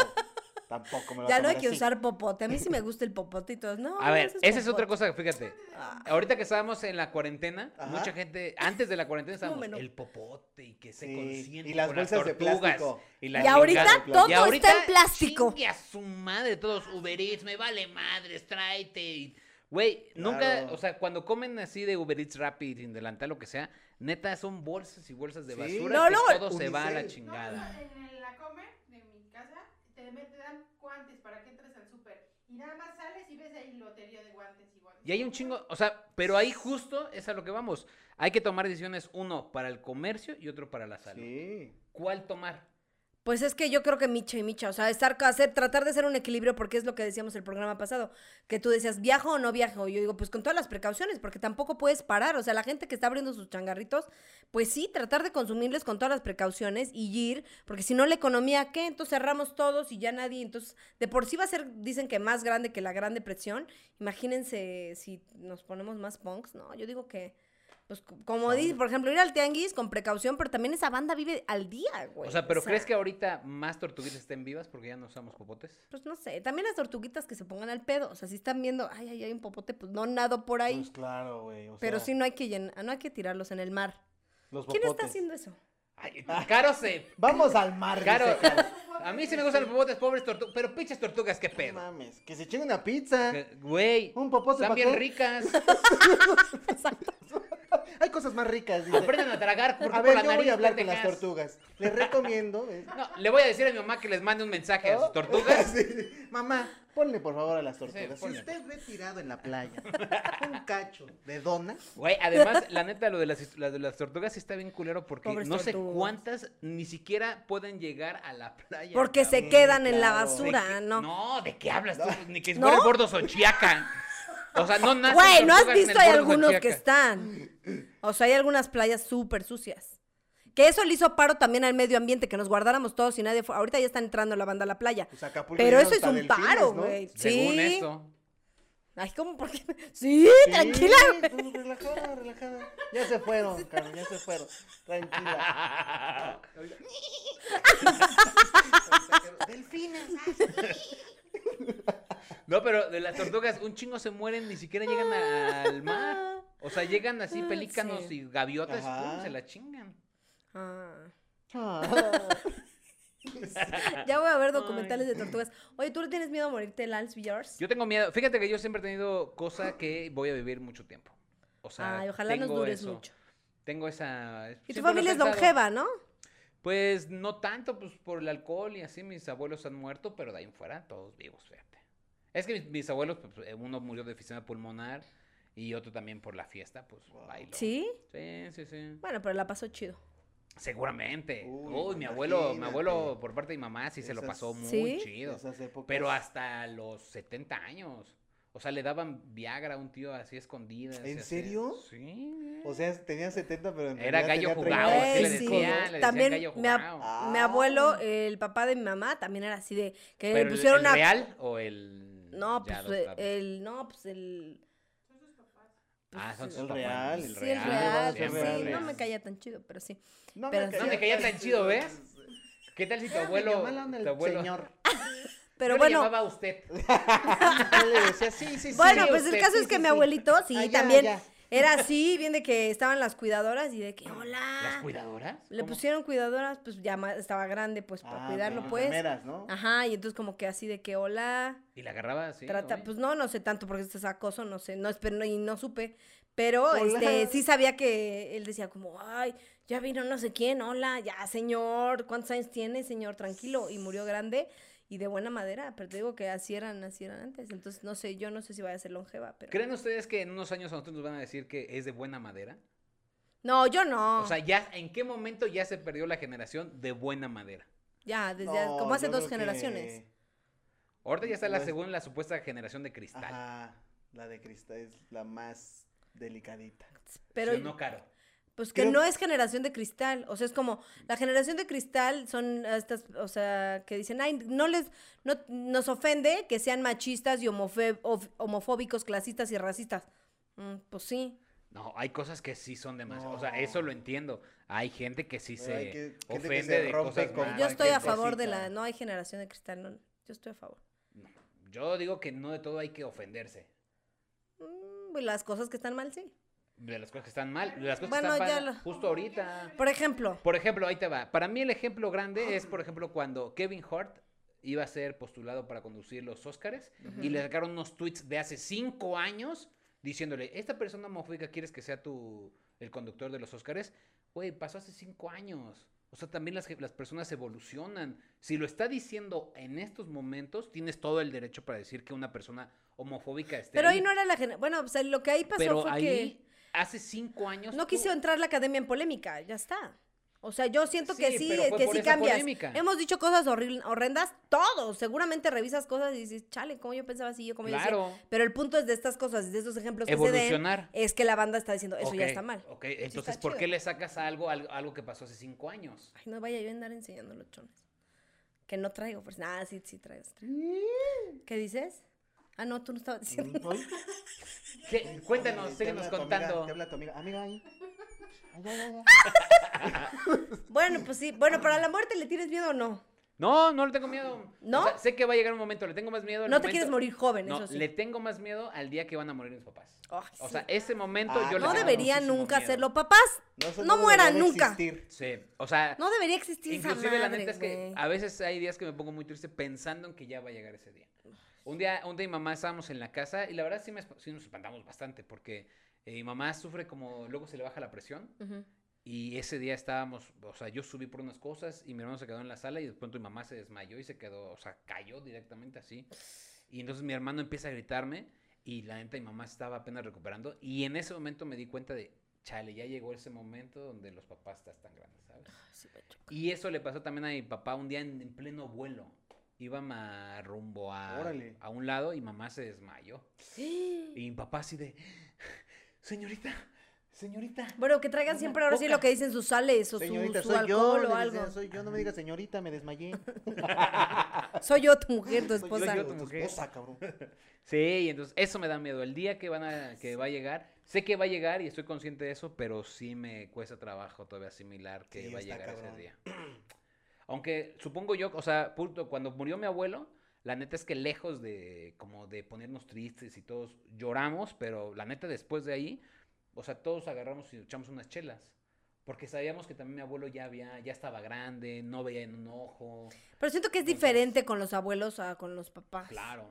tampoco me lo Ya voy no a hay comer que así. usar popote. A mí sí me gusta el popote y todo. No, A ver, no uses esa es popote. otra cosa, fíjate. Ah. Ahorita que estábamos en la cuarentena, Ajá. mucha gente, antes de la cuarentena estábamos, Número. el popote y que se Sí, consiente y las con bolsas de tortugas plástico. Y, Y ahorita chingada. todo Y está ahorita, en plástico. chingue a su madre, todos Uber Eats, me vale madres, tráete. y- Güey, nunca, Claro. o sea, cuando comen así de Uber Eats Rapid, sin delantal, lo que sea, neta, son bolsas y bolsas de Sí. basura No, que luego- todo se va a la Unicel. No, o chingada. sea, en el- la comer de mi casa te, met- te dan guantes para que entres al súper. Y nada más sales y ves ahí lotería de guantes y guantes. Y hay un chingo, o sea, pero ahí justo es a lo que vamos. Hay que tomar decisiones, uno para el comercio y otro para la salud. Sí. ¿Cuál tomar? Pues es que yo creo que micha y micha, o sea, estar, hacer, tratar de hacer un equilibrio, porque es lo que decíamos el programa pasado, que tú decías, ¿viajo o no viajo? Y yo digo, pues con todas las precauciones, porque tampoco puedes parar, o sea, la gente que está abriendo sus changarritos, pues sí, tratar de consumirles con todas las precauciones y ir, porque si no la economía, ¿qué? Entonces cerramos todos y ya nadie, entonces de por sí va a ser, dicen que más grande que la Gran Depresión, imagínense si nos ponemos más punks, no, yo digo que... Pues c- como dice, por ejemplo, ir al tianguis con precaución, pero también esa banda vive al día, güey. Pues, o sea, ¿pero crees que ahorita más tortuguitas estén vivas porque ya no usamos popotes? Pues no sé, también las tortuguitas que se pongan al pedo, o sea, si están viendo, ay, ay, hay un popote, pues no nado por ahí, Pues claro, güey. o pero sea, sí no hay que llenar, no hay que tirarlos en el mar. los ¿Quién está popotes. haciendo eso? Ay, ah. Caro se... Vamos al mar, Caro, dice Caro. a mí sí me gustan los popotes, pobres tortugas, pero pinches tortugas, qué No pedo. mames, que se chingue una pizza. Que- Güey, Un popote están pa' bien qué. ricas, Hay cosas más ricas, dice. aprendan a tragar Ah, porque A por la ver, yo nariz voy a hablar con las pendejas. tortugas. Les recomiendo. eh, No, le voy a decir a mi mamá que les mande un mensaje Oh. a sus tortugas. Sí. Mamá, ponle por favor a las tortugas. si ponle. usted ve tirado en la playa un cacho de dona, Güey, además, la neta, lo de las, la de las tortugas sí está bien culero porque Pobres no sé tortugas. cuántas ni siquiera pueden llegar a la playa. Porque cabrón. se quedan en la claro. mm, ¿De basura, qué- ¿no? No, ¿de qué hablas tú? Ni que ¿No? fuera el gordo Xochiaca. O sea, no nacen Güey, ¿no has tortugas en el visto? Hay gordo algunos que Xochiaca. están. O sea, hay algunas playas súper sucias. Que eso le hizo paro también al medio ambiente, que nos guardáramos todos y nadie fue. Ahorita ya está entrando la banda a la playa. pues Acapulco Pero llegan eso es hasta un delfines, paro, ¿no? güey. Según sí. eso. Ay, ¿cómo? ¿Por qué? Sí, Sí, tranquila. pues, relajada, relajada. Ya se fueron, Carmen, ya se fueron. Tranquila. Delfines. No, pero de las tortugas, un chingo se mueren, ni siquiera llegan a- al mar. O sea, llegan así Ah, pelícanos sí. y gaviotas, Ajá. pum, se la chingan. Ah. Ah, Ya voy a ver documentales de tortugas. Oye, ¿tú le tienes miedo a morirte, Lance Villars? Yo tengo miedo. Fíjate que yo siempre he tenido cosa que voy a vivir mucho tiempo. O sea, Ay, ojalá nos tengo dures eso. mucho. Tengo esa. Y siempre tu lo he familia es pensado. longeva, ¿no? Pues no tanto, pues por el alcohol y así mis abuelos han muerto, pero de ahí en fuera todos vivos, fíjate. Es que mis, mis abuelos, pues, eh, uno murió de fisema pulmonar y otro también por la fiesta, pues bailó. Sí. Sí, sí, sí. Bueno, pero la pasó chido. Seguramente. Uy, Uy, mi abuelo, mi imagínate. abuelo por parte de mi mamá sí se lo pasó muy Esas- ¿Sí? chido. esas épocas. Pero hasta los 70 años. O sea, le daban Viagra a un tío así escondidas. ¿En y así. serio? Sí. O sea, tenía 70, pero en Era realidad gallo tenía jugado, así le 35, sí. decían, le ¿no? decían También gallo me ha- jugado. Ah. Mi abuelo, el papá de mi mamá, también era así de que le ¿Pero el- pusieron el una. real o el No, ya pues eh, adoptado? el. No, pues el. Ah, son sus El papás. real, sí, el el real, real. sí, bien, sí, bien, real. no me bien. caía tan chido, pero sí. No Pero me sí. No me caía tan chido, ¿ves? ¿Qué tal si tu Era medio abuelo, malo en el tu abuelo, señor. Pero Yo le bueno, llamaba a usted. Yo le decía, sí, sí, sí. bueno, sí, pues usted, el caso sí, es que sí, mi sí. abuelito, sí, Allá, también allá. era así, bien de que estaban las cuidadoras y de que, ¿Las hola. cuidadoras? Le ¿Cómo? pusieron cuidadoras, pues ya ma- estaba grande, pues para Ah, cuidarlo, como pues. enfermeras, ¿no? Ajá, y entonces como que así de que, hola. Y la agarraba así. trata, ¿no? pues no, no sé tanto porque este es acoso, no sé, no espero y no supe, pero Hola. este sí sabía que él decía como, "Ay, ya vino no sé quién, hola, ya señor, ¿cuántos años tiene, señor? Tranquilo." Y murió grande y de buena madera, pero te digo que así eran, así eran antes, entonces no sé, yo no sé si vaya a ser longeva, pero ¿Creen ustedes que en unos años a nosotros nos van a decir que es de buena madera? No, yo no. Oh. O sea, ya ¿en qué momento ya se perdió la generación de buena madera? ya desde No, como hace yo dos creo que- generaciones. Ahorita ya está la Pues- según la supuesta generación de cristal. Ajá, la de cristal es la más delicadita. Pero ¿Sí o no caro. Pues que Creo- no es generación de cristal, o sea, es como la generación de cristal son estas, o sea, que dicen, "Ay, no les no nos ofende que sean machistas y homofe- of- homofóbicos, clasistas y racistas." Mm, pues sí. No, hay cosas que sí son demasiado. O sea, No. eso lo entiendo. Hay gente que sí Pero se hay que- gente que ofende se de rompe cosas con más. Yo estoy a cualquier favor de la cosita. no hay generación de cristal, no, yo estoy a favor. Yo digo que no de todo hay que ofenderse. Mm, pues las cosas que están mal sí. De las cosas que están mal, de las cosas Bueno, que ya están mal, lo- justo ahorita. Por ejemplo, Por ejemplo, ahí te va. Para mí el ejemplo grande es, por ejemplo, cuando Kevin Hart iba a ser postulado para conducir los Óscares y le sacaron unos tweets de hace cinco años diciéndole, esta persona homofóbica quieres que sea tu, el conductor de los Óscares. Güey, pasó hace cinco años. O sea, también las, las personas evolucionan. Si lo está diciendo en estos momentos, tienes todo el derecho para decir que una persona homofóbica esté pero ahí ahí no era la generación, bueno, o sea, lo que ahí pasó pero fue ahí, que hace cinco años. No tú- quiso entrar la academia en polémica, ya está. O sea, yo siento que Sí, sí, pero fue que por sí esa cambias. polémica. Hemos dicho cosas horri- horrendas, todos. Seguramente revisas cosas y dices, chale, ¿cómo yo pensaba así? Yo como yo Claro. decía. Pero el punto es de estas cosas, de estos ejemplos que se den, Evolucionar. es que la banda está diciendo, eso ya Ok, está mal. Ok, entonces, está ¿por qué chido. le sacas a algo, algo algo que pasó hace cinco años? Ay, no vaya yo a andar enseñando los chones. Que no traigo, pues nada, sí, sí traigo. sí traigo. ¿Qué dices? Ah, no, tú no estabas Mm. diciendo. ¿Qué? Cuéntanos, síguenos contando. te habla tu amiga. Amiga, ahí. Ay, ay, ay, ay. ¡Ah! Bueno, pues sí. Bueno, ¿para la muerte le tienes miedo o no? No, no le tengo miedo. ¿No? O sea, sé que va a llegar un momento, le tengo más miedo. al No te momento- quieres morir joven, No, eso sí. le tengo más miedo al día que van a morir mis papás. Ay, O sí. sea, ese momento Ah, yo le no tengo debería muchísimo nunca miedo. hacerlo. Papás, sé no, cómo mueran debería nunca. existir. Sí, o sea, No debería existir esa inclusive la madre, neta es que güey. a veces hay días que me pongo muy triste pensando en que ya va a llegar ese día. Un día, un día mi mamá estábamos en la casa y la verdad sí, me esp- sí nos espantamos bastante porque eh, mi mamá sufre como luego se le baja la presión Ujú. Y ese día estábamos, o sea, yo subí por unas cosas y mi hermano se quedó en la sala y de pronto mi mamá se desmayó y se quedó, o sea, cayó directamente así. Y entonces mi hermano empieza a gritarme y la neta mi mamá estaba apenas recuperando y en ese momento me di cuenta de, chale, ya llegó ese momento donde los papás están tan grandes, ¿sabes? Y eso le pasó también a mi papá un día en, en pleno vuelo. Íbamos a rumbo a, Órale. a un lado y mamá se desmayó. Y mi papá así de, señorita, señorita. Bueno, que traigan siempre ahora sí lo Coca. que dicen sus sales o su, Señorita, su soy yo. alcohol le o decía, algo. soy yo. No me digas, señorita, me desmayé. Soy yo tu mujer, tu Soy esposa. yo, tu tu mujer. esposa, cabrón. Sí, y entonces eso me da miedo. El día que van a, que va a llegar, sé que va a llegar y estoy consciente de eso, pero sí me cuesta trabajo todavía asimilar que Sí, va a está llegar ese cabrón. día. Aunque supongo yo, o sea, punto, cuando murió mi abuelo, la neta es que lejos de como de ponernos tristes y todos lloramos, pero la neta después de ahí, o sea, todos agarramos y echamos unas chelas. Porque sabíamos que también mi abuelo ya había, ya estaba grande, no veía en un ojo. Pero siento que es diferente con los abuelos a con los papás. Claro.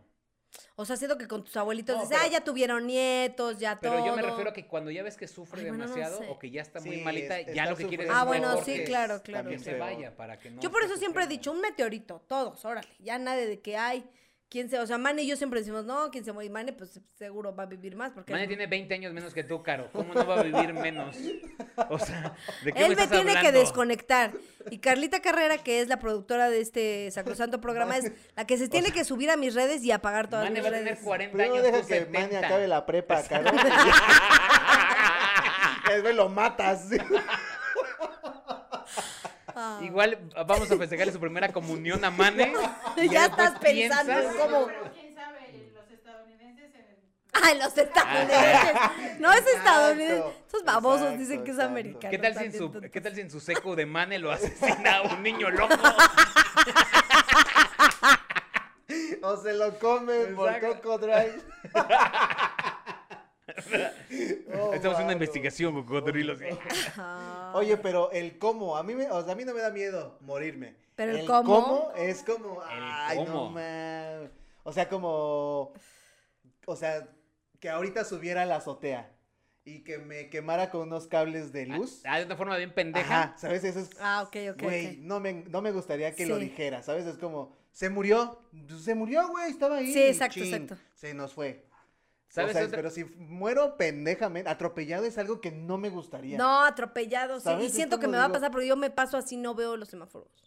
O sea, siento que con tus abuelitos No, dices, ah, pero- ya tuvieron nietos, ya Pero todo. yo me refiero a que cuando ya ves que sufre Ay, bueno, no demasiado sé. o que ya está muy Sí, malita, es- ya está lo que quiere es sufriendo Ah, bueno, mejor sí, que, claro, está claro. que bien se feo. vaya para que no. Yo por esté eso siempre he dicho, sufriendo. un meteorito, todos, órale. Ya nadie de que hay. ¿Quién se, o sea, Mane y yo siempre decimos, no, quien se muere, Mane, pues seguro va a vivir más. porque Mane tiene 20 años menos que tú, Caro. ¿Cómo no va a vivir menos? O sea, ¿de qué Él me, me, estás tiene que hablando? desconectar. Y Carlita Carrera, que es la productora de este sacrosanto programa, es la que se tiene que subir a mis redes y apagar todas Mane mis va a tener redes. 40 Primero años. deja tú que 70. Mane acabe la prepa, cabrón. Y después lo matas. Ah. Igual vamos a festejarle su primera comunión a Mane. y ya después estás pensando piensas- cómo. Pero quién sabe, los estadounidenses en el- Ay, los estadounidenses. No es estadounidense. Exacto, Estos babosos exacto, dicen que es exacto. americano. ¿Qué tal, si en también, su, tontos. ¿Qué tal si en su seco de Mane lo asesina a un niño loco? No se lo comen por Exacto. Coco Drive. Estamos Oh, haciendo mano. una investigación con cocodrilos. Ajá. Oye, pero el cómo, a mí, me, o sea, a mí no me da miedo morirme. Pero el cómo. es como, El ay, no cómo. mames. O sea, como, o sea, que ahorita subiera a la azotea y que me quemara con unos cables de luz. Ah, de una forma bien pendeja. Ajá, ¿sabes? Eso es, Ah, ok, ok. güey, ok. no me, no me gustaría que lo Sí. dijera, ¿sabes? Es como, se murió, pues, se murió, güey, estaba ahí. Sí, exacto, chin, exacto. Se nos fue. O ¿Sabes? sea, otra- pero si muero pendejamente, atropellado es algo que no me gustaría. No, atropellado, sí. ¿Sabes? Y Es siento que como me va a digo- pasar porque yo me paso así, no veo los semáforos.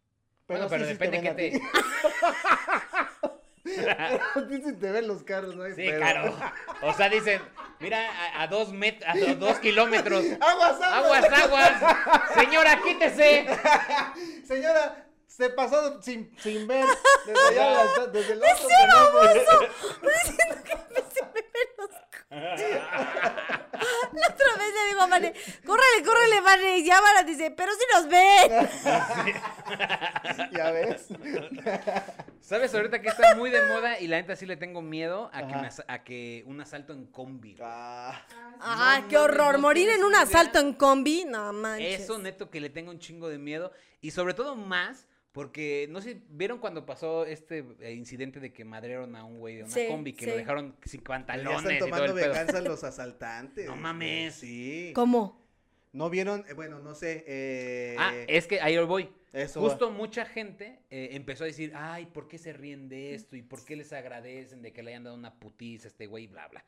Bueno, sí, pero sí depende ven que a ti. te. A ti sí te ven los carros, ¿no? hay Sí, pedo. claro. O sea, dicen, mira, a, a dos met a do- dos kilómetros. ¡Aguas, aguas! Aguas, aguas. Señora, quítese. Señora, se pasó sin, sin ver. Desde allá, la- desde el otro teléfono. Siento que me- se me ven los co- La otra vez le digo a Vane, córrele, córrele, Vane. Y ya Vane dice, pero si nos ven. Ya ves. ¿Sabes ahorita que está muy de moda y la neta sí le tengo miedo a que, Ajá. un asa- a que un asalto en combi? güey? Ah, Ah, No qué mames, horror. ¿no Morir tienes en un idea? asalto en combi, no manches. Eso neto que le tengo un chingo de miedo y sobre todo más porque no sé, ¿vieron cuando pasó este eh, incidente de que madrearon a un güey de una Sí, combi que sí. lo dejaron sin ya pantalones están y todo tomando el pedo? venganza los asaltantes. No mames. Sí. ¿Cómo? ¿No vieron? Eh, Bueno, no sé. Eh, Ah, es que ahí voy. eso. Justo mucha gente eh, empezó a decir, ay, ¿por qué se ríen de esto? ¿Y por qué les agradecen de que le hayan dado una putiza a este güey? Bla, bla.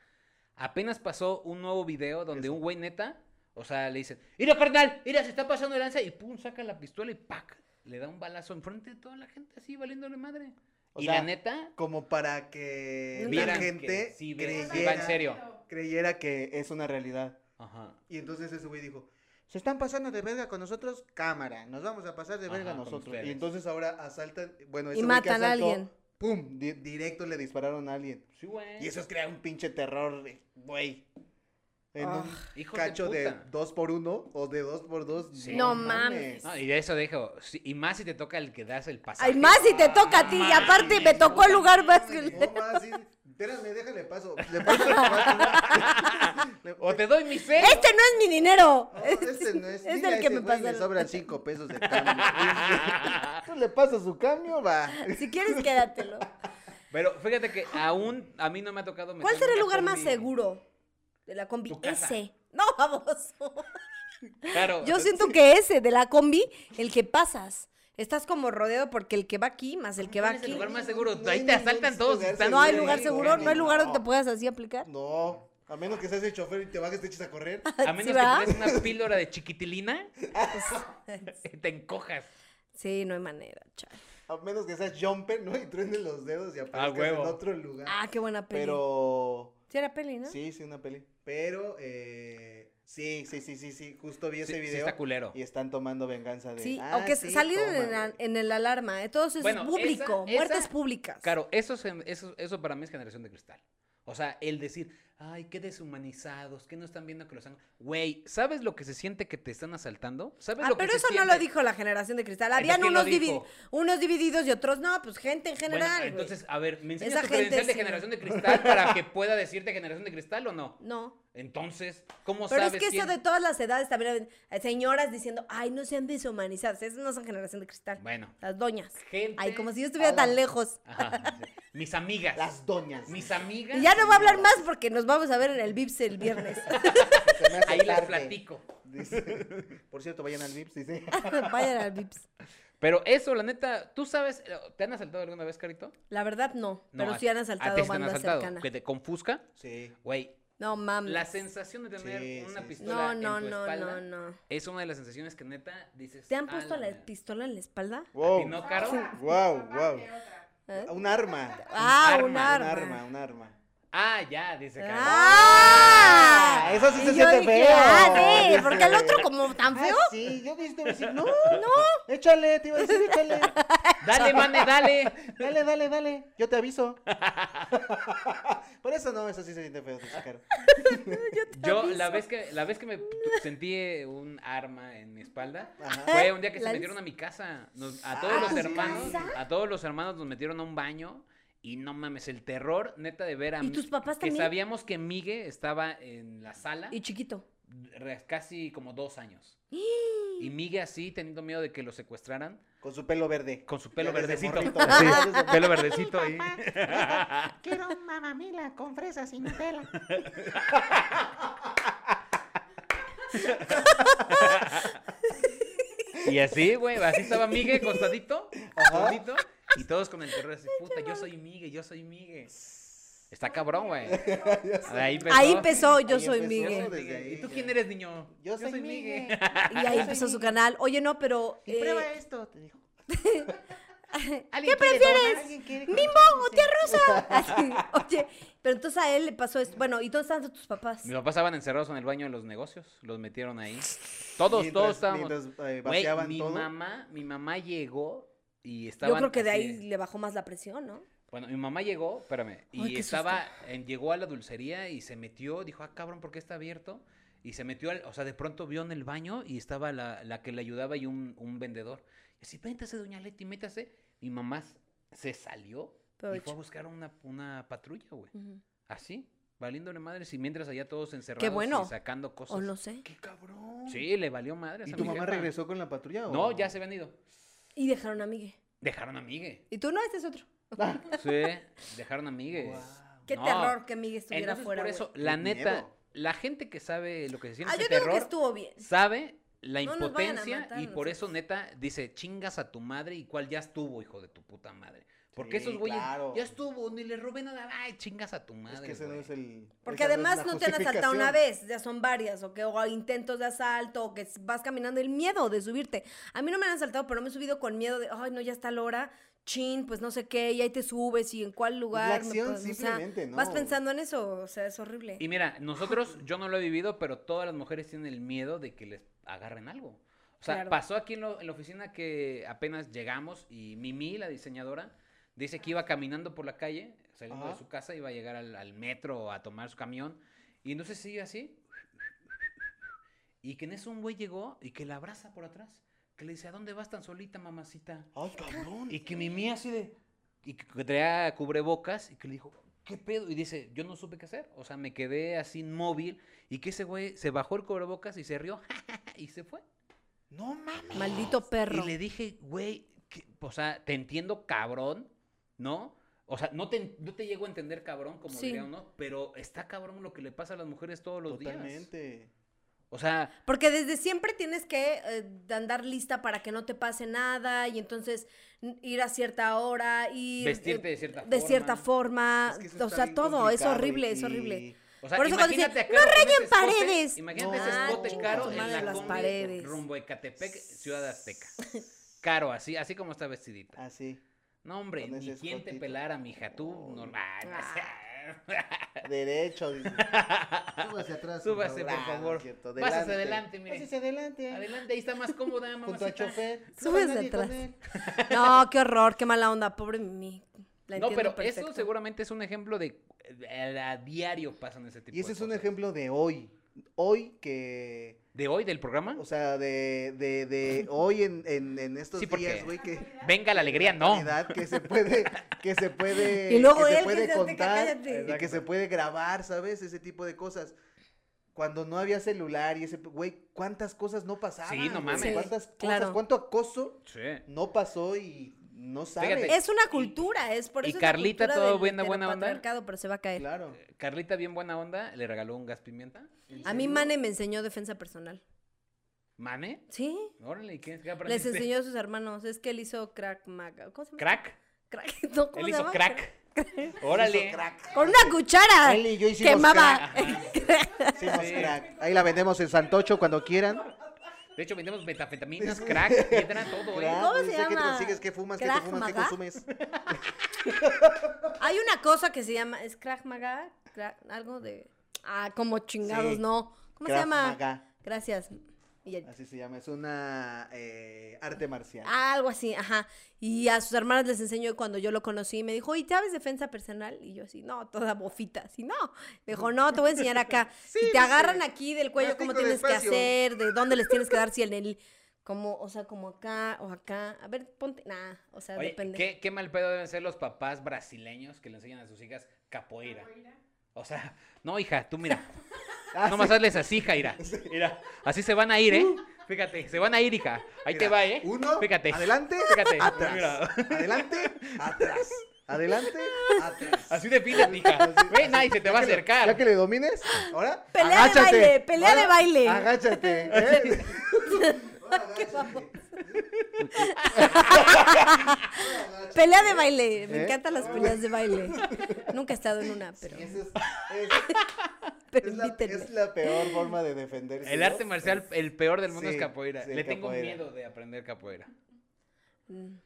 Apenas pasó un nuevo video donde Eso. un güey neta, o sea, le dicen, ¡Ira, carnal! ¡Ira, se está pasando de lanza! Y pum, saca la pistola y ¡pac! Le da un balazo enfrente de toda la gente así, valiéndole madre. O y sea, la neta, Como para que la vieran gente que sí, ve- sí va en creyera, serio. creyera que es una realidad. Ajá. Y entonces ese güey dijo, se están pasando de verga con nosotros, cámara, nos vamos a pasar de verga Ajá, con nosotros. ustedes. Y entonces ahora asaltan, bueno, Y ese güey que matan a asaltó, alguien. ¡Pum! di- directo le dispararon a alguien. Sí, güey. Y eso es crear un pinche terror, eh, güey. En Ah. un Hijos de cacho de puta. 2 por 1 o de 2 por 2 Sí. No No, y de eso dejo. sí, y más si te toca el que das el pasaje. Ay, más si te toca a ti. Y aparte me tocó el lugar más No más, sí. Espérame, déjale paso. Le paso el paso. Le- O te doy mi fe. Este no es mi dinero. No, este no es. Es dile a el que ese me güey, Le pasaron. sobran 5 pesos de cambio. Tú le pasas su cambio, va. Si quieres, quédatelo. Pero fíjate que aún a mí no me ha tocado. ¿Cuál meterme en será el la lugar más combi. seguro de la combi? Tu casa. Ese. No, vamos. Claro. Yo siento que ese de la combi, el que pasas. Estás como rodeado porque el que va aquí más el que va ¿Cuál es el aquí. lugar más seguro? No hay Ahí te asaltan ningún todos. lugar están- No hay Sí, lugar sí, seguro, no hay sí, lugar no. donde puedas así aplicar. No, a menos que seas el chofer y te bajes, te eches a correr. A ¿Sí, menos verdad? que tengas una píldora de chiquitilina, eh, te encojas. Sí, no hay manera, chaval. A menos que seas jumper, ¿no? Y truenes los dedos y aparezcas Ah, huevo. en otro lugar. Ah, qué buena peli. Pero. Sí era peli, ¿no? Sí, sí, una peli. Pero, eh. Sí, sí, sí, sí, sí. Justo vi Sí, ese sí video. está culero. Y están tomando venganza de. Sí, "Ah, aunque sí, salieron toma, en, la- güey". en el alarma, ¿eh? todo eso Bueno, es público, esa- muertes esa- públicas. Claro, eso, se- eso, eso para mí es generación de cristal. O sea, el decir, ay, qué deshumanizados, que no están viendo que los han... Güey, ¿sabes lo que se siente que te están asaltando? ¿Sabes Ah, pues lo que pero se eso no lo siente? dijo la generación de cristal. Ay, Habían ¿quién lo unos, divi- dijo? unos divididos y otros no, pues gente en Bueno, general. güey. entonces, a ver, ¿me enseñas Esa tu gente credencial de sí. generación de cristal para que pueda decirte generación de cristal o no? No. Entonces, ¿cómo Pero es sabes que eso quién? de todas las edades también hay señoras diciendo, ay, no sean deshumanizadas. Esas no son generación de cristal. Bueno, Las doñas. gente... Ay, como si yo estuviera tan lejos. Ajá, sí. Mis amigas. Las doñas. Mis amigas. Y ya no va a hablar más porque nos vamos a ver en el VIPS el viernes. Se me hace Ahí les tarde. platico. Dice, Por cierto, vayan al VIPS, dice. Vayan al VIPS. Pero eso, la neta, ¿tú sabes? eh, ¿Te han asaltado alguna vez, Carito? La verdad, no. pero a- sí han a asaltado ti Ah, sí te han bandas asaltado, cercanas. Que te confusca. Sí. Güey, No mames. la sensación de tener Sí, una sí, sí. pistola No, no, en tu no, espalda no, no. es una de las sensaciones que neta dices. ¿Te han "A puesto la madre". pistola Ah. en la espalda? ¿A ti no, Caro? Guau, guau. ¿Eh? Un arma. Ah, arma, un un Un arma. arma, un arma. Ah, ya, dice Caro. ¡Ah! eso sí Y se yo siente dije, feo. Ah, sí, Dice. porque el otro como tan feo. Ah, sí, yo viste decir, no, no, échale, te iba a decir, échale, Dale, mane, dale. dale, dale, dale, yo te aviso. Por eso no, eso sí se siente feo, dice Caro. Yo, la vez que, la vez que me sentí eh, un arma en mi espalda, Ajá. fue un día que se Eh, La- metieron a mi casa. Nos- a todos ¿A los tu hermanos, casa? a todos los hermanos nos metieron a un baño Y no mames, el terror, neta, de ver a... ¿Y Mi- tus papás Que también? sabíamos que Migue estaba en la sala Y ¡Ah! chiquito. re- casi como dos años. Y Migue así, teniendo miedo de que lo secuestraran, Con su pelo verde. con su pelo Ya desde verdecito. morrito. Sí, Ya desde pelo verdecito ahí. Quiero un mamamila con fresas y Nutella. Y así, güey, así estaba Migue costadito, Ajá. gordito, y todos con el terror así, puta, yo soy Migue, yo soy Migue. Está cabrón, güey. Ahí empezó. Ahí empezó Yo Ahí Soy empezó. Miguel. Yo soy Desde ahí ¿Y tú ya. quién eres, niño? Yo soy Migue. Y ahí empezó su canal. Oye, no, pero... Y eh, prueba esto, te dijo. ¿Qué prefieres? ¿Mimbo o tía Así, Oye, pero entonces a él le pasó esto. Bueno, ¿y dónde están tus papás? Mis papás estaban encerrados en el baño de los negocios, los metieron ahí. Todos, Mientras- todos estábamos. mientras, Güey, eh, vaciaban mi todo. mamá, mi mamá llegó y estaba. Yo creo que de ahí le bajó más la presión, ¿no? Bueno, mi mamá llegó, espérame, y Ay, qué estaba, en- llegó a la dulcería y se metió, dijo, ah, cabrón, ¿por qué está abierto? Y se metió, al- o sea, de pronto vio en el baño y estaba la, la que le ayudaba y un, un vendedor. Y así, métase, doña Leti, métase. Mi mamá s- se salió Pero y fue hecho. a buscar una, una patrulla, güey. Ujú. Así, valiéndole madres y mientras allá todos encerrados bueno. y sacando cosas. O no sé. ¡Qué cabrón! Sí, le valió madres. ¿Y a tu mi mamá jefa. regresó con la patrulla o...? No, ya se habían ido. Y dejaron a Miguel. Dejaron a Migue. Y tú no, este es otro. Sí, dejaron a Migue. Guau. Qué No. terror que Miguel estuviera Entonces, fuera. por güey. eso, la Qué neta, miedo. la gente que sabe lo que se siente Ah, yo ese digo que terror, estuvo bien. sabe la No nos vayan a impotencia matar y a por eso, nosotros. neta, dice, chingas a tu madre y cuál ya estuvo, hijo de tu puta madre. Porque Sí, esos güeyes, claro. ya estuvo, ni le robé nada, ay, chingas a tu madre, Es que ese no güey". es el... Porque esa es además la no te han asaltado una justificación. vez, ya son varias, o que o hay intentos de asalto, o que s- vas caminando el miedo de subirte. A mí no me han asaltado, pero me he subido con miedo de, ay, no, ya está la hora, chin, pues no sé qué, y ahí te subes y en cuál lugar. me Pues acción puedo- o sea, simplemente, ¿no? Vas pensando en eso, o sea, es horrible. Y mira, nosotros, yo no lo he vivido, pero todas las mujeres tienen el miedo de que les agarren algo. O sea, Claro. pasó aquí en, lo- en la oficina que apenas llegamos y Mimi, la diseñadora, dice que iba caminando por la calle, saliendo de Ajá. su casa, iba a llegar al, al metro a tomar su camión. Y no sé si iba así. Y que en eso un güey llegó y que la abraza por atrás. Que le dice, ¿a dónde vas tan solita, mamacita? ¡Ay, cabrón! Y que Mimi así de... Y que que traía cubrebocas y que le dijo, ¿qué pedo? Y dice, yo no supe qué hacer. O sea, me quedé así inmóvil. Y que ese güey se bajó el cubrebocas y se rió. y se fue. ¡No mames! Maldito perro. Y le dije, güey, que- o sea, te entiendo cabrón, ¿no? O sea, no te, no te llego a entender cabrón, como Sí. diría uno, pero está cabrón lo que le pasa a las mujeres todos los días. Totalmente. O sea, Porque desde siempre tienes que eh, andar lista para que no te pase nada y entonces n- ir a cierta hora y eh, Vestirte de cierta de cierta forma, Es que eso Ah, o está sea, bien todo es complicado horrible, y- es horrible. y- O sea, Por eso cuando imagínate dicen, a Caro "No con rayen ese escote", paredes. Imagínate No, ese ah, escote chinga caro su en madre, la las combi paredes. rumbo a Ecatepec, Ciudad Azteca. Caro, así, así como está vestidita. Así. No, hombre, Ah, Con ese ni quien te escotito. Oh, pelara, mija, tú No, Ah. no, no. ay, no sé. Derecho, dice. Súbase atrás. Súbase, por Ah, no favor. es cierto, Vas hacia adelante, mire. Pásese adelante. Adelante, ahí está más cómoda, Junto al mamacita. chofer. Súbase No va nadie con atrás. él. No, qué horror, qué mala onda, pobre mí. La No, entiendo pero perfecto. eso seguramente es un ejemplo de eh, a, a diario pasan ese tipo Y ese de es un cosas. ejemplo de hoy. Hoy que... ¿De hoy, del programa? O sea, de, de, de hoy en, en, en estos Sí, porque- días, güey, que... Venga la alegría, no. realidad que se puede que se puede Y luego que se él que puede se- contar cállate. y que se puede grabar sabes ese tipo de cosas cuando no había celular y ese güey cuántas cosas no pasaban Sí, no güey? mames. Sí, cuántas cosas, claro. cuánto acoso Sí. no pasó y no sabes Fíjate. Es una cultura, es por y eso. es la Carlita, cultura todo del buena, buena onda. heteropatriarcado, pero se va a caer. claro Carlita, bien buena onda, le regaló un gas pimienta. A mí Mane me enseñó defensa personal. ¿Mane? Sí. Órale, ¿y ¿qué, qué Les aprendiste? enseñó a sus hermanos. Es que él hizo crack maga. ¿Cómo se llama? ¿Crack? Crack. No, ¿cómo Él hizo se llama? crack. Órale. Con una cuchara. él y yo hicimos Quemaba. crack hicimos crack ahí la vendemos en Santocho cuando quieran De hecho, vendemos metafetaminas, crack, piedra, todo, ¿eh? Crack, ¿Cómo güey, se sé qué llama? consigues qué fumas qué te ¿Crack fumas qué maga? consumes Hay una cosa que se llama. ¿Es crack maga? Crack- algo de. Ah, como chingados, Sí. no. ¿Cómo se Krav llama? Maga. Gracias. Y ya- Así se llama, es una eh, arte marcial. Algo así, ajá. Y a sus hermanas les enseñó cuando yo lo conocí y me dijo, ¿y sabes defensa personal? Y yo así, no, toda bofita, así, no. Me dijo, no, te voy a enseñar acá. si te dice, agarran aquí del cuello, cómo mastico tienes que despacio. hacer, de dónde les tienes que dar, si en el Como, o sea, como acá o acá. A ver, ponte. Nah, o sea, Oye, depende. ¿qué, qué mal pedo deben ser los papás brasileños que le enseñan a sus hijas capoeira. Capoeira. O sea, no, hija, tú mira, Ah, Uh. nomás hazles así, hija, mira. Mira, así se van a ir, ¿eh? Fíjate, se van a ir, hija. Ahí te Mira, va, ¿eh? Uno, Fíjate. adelante, Fíjate, atrás. mira. Adelante, atrás. Adelante, atrás. Así defínete, hija. Ven, ahí se te va a Ya que lo- Ya acercar. que le domines, ahora. Pelea de agáchate. baile, pelea Ahora, de baile. Agáchate. ¿eh? Ahora Qué agáchate. guapo. Ahora agáchate. Pelea de baile. Me ¿Eh? encantan las peleas de baile. Nunca he estado en una, Sí, pero, esa es- es- pero es la- invítenme. es la peor forma de defenderse. El ¿no? arte marcial, el peor del mundo Sí, es capoeira. sí, Le tengo capoeira. miedo de aprender capoeira. Mm.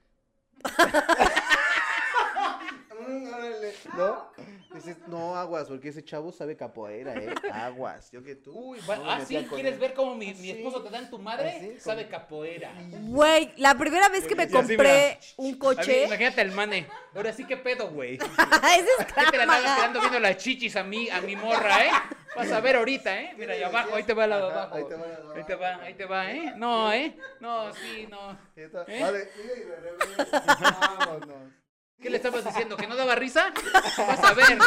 Mm, órale, ¿No? Dices, no, aguas, porque ese chavo sabe capoeira, ¿eh? Aguas. Yo que tú. Uy, no me ah, sí, metía con ¿quieres él. ver cómo mi, Ah, mi sí. esposo te da en tu Ah, sí, madre? con- Sabe capoeira. Güey, la primera vez que me Y así, compré mira. un A mí, coche. imagínate el mane. Ahora sí, ¿qué pedo, güey? Ese es ¿Qué te la andas Krav Maga. tirando viendo las chichis a mí, a mi morra, eh? Vas a ver ahorita, eh. Mira, ahí abajo, ahí te va la de Ajá, abajo. ahí te va la de Ahí te va, abajo. ahí te va, eh. No, eh. No, sí, no. Esta- ¿Eh? Vale, mira y de revés. Vámonos. ¿Qué le estabas diciendo? ¿Que no daba risa? Vas a ver,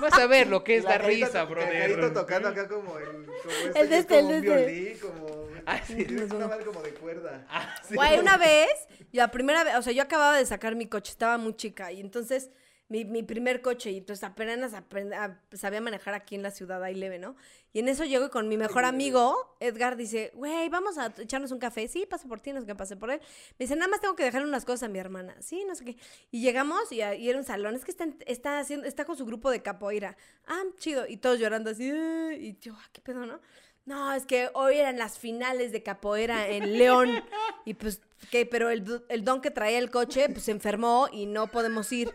vas a ver lo que es La la, carita risa, to- Carita brother. tocando acá como el. Como este, El de que es este, como el un de violín, como. Ah, sí. es una madre como de cuerda. Ah, sí. Güey, una vez, yo la primera vez, o sea, yo acababa de sacar mi coche, estaba muy chica, y entonces, mi, mi primer coche, y entonces apenas aprend- a- sabía manejar aquí en la ciudad, ahí leve, ¿no? Y en eso llego y con mi mejor amigo, Edgar, dice, güey, vamos a echarnos un café, sí, paso por ti, no sé qué, pasé por él. Me dice, nada más tengo que dejar unas cosas a mi hermana, sí, no sé qué. Y llegamos, y, a- y era un salón, es que está, en- está, haciendo, está con su grupo de capoeira. Ah, chido, y todos llorando así, "Ah", y yo, ah, qué pedo, ¿no? No, es que hoy eran las finales de capoeira en León. Y pues, ¿qué? Pero el, du- el don que traía el coche, pues se enfermó y no podemos ir.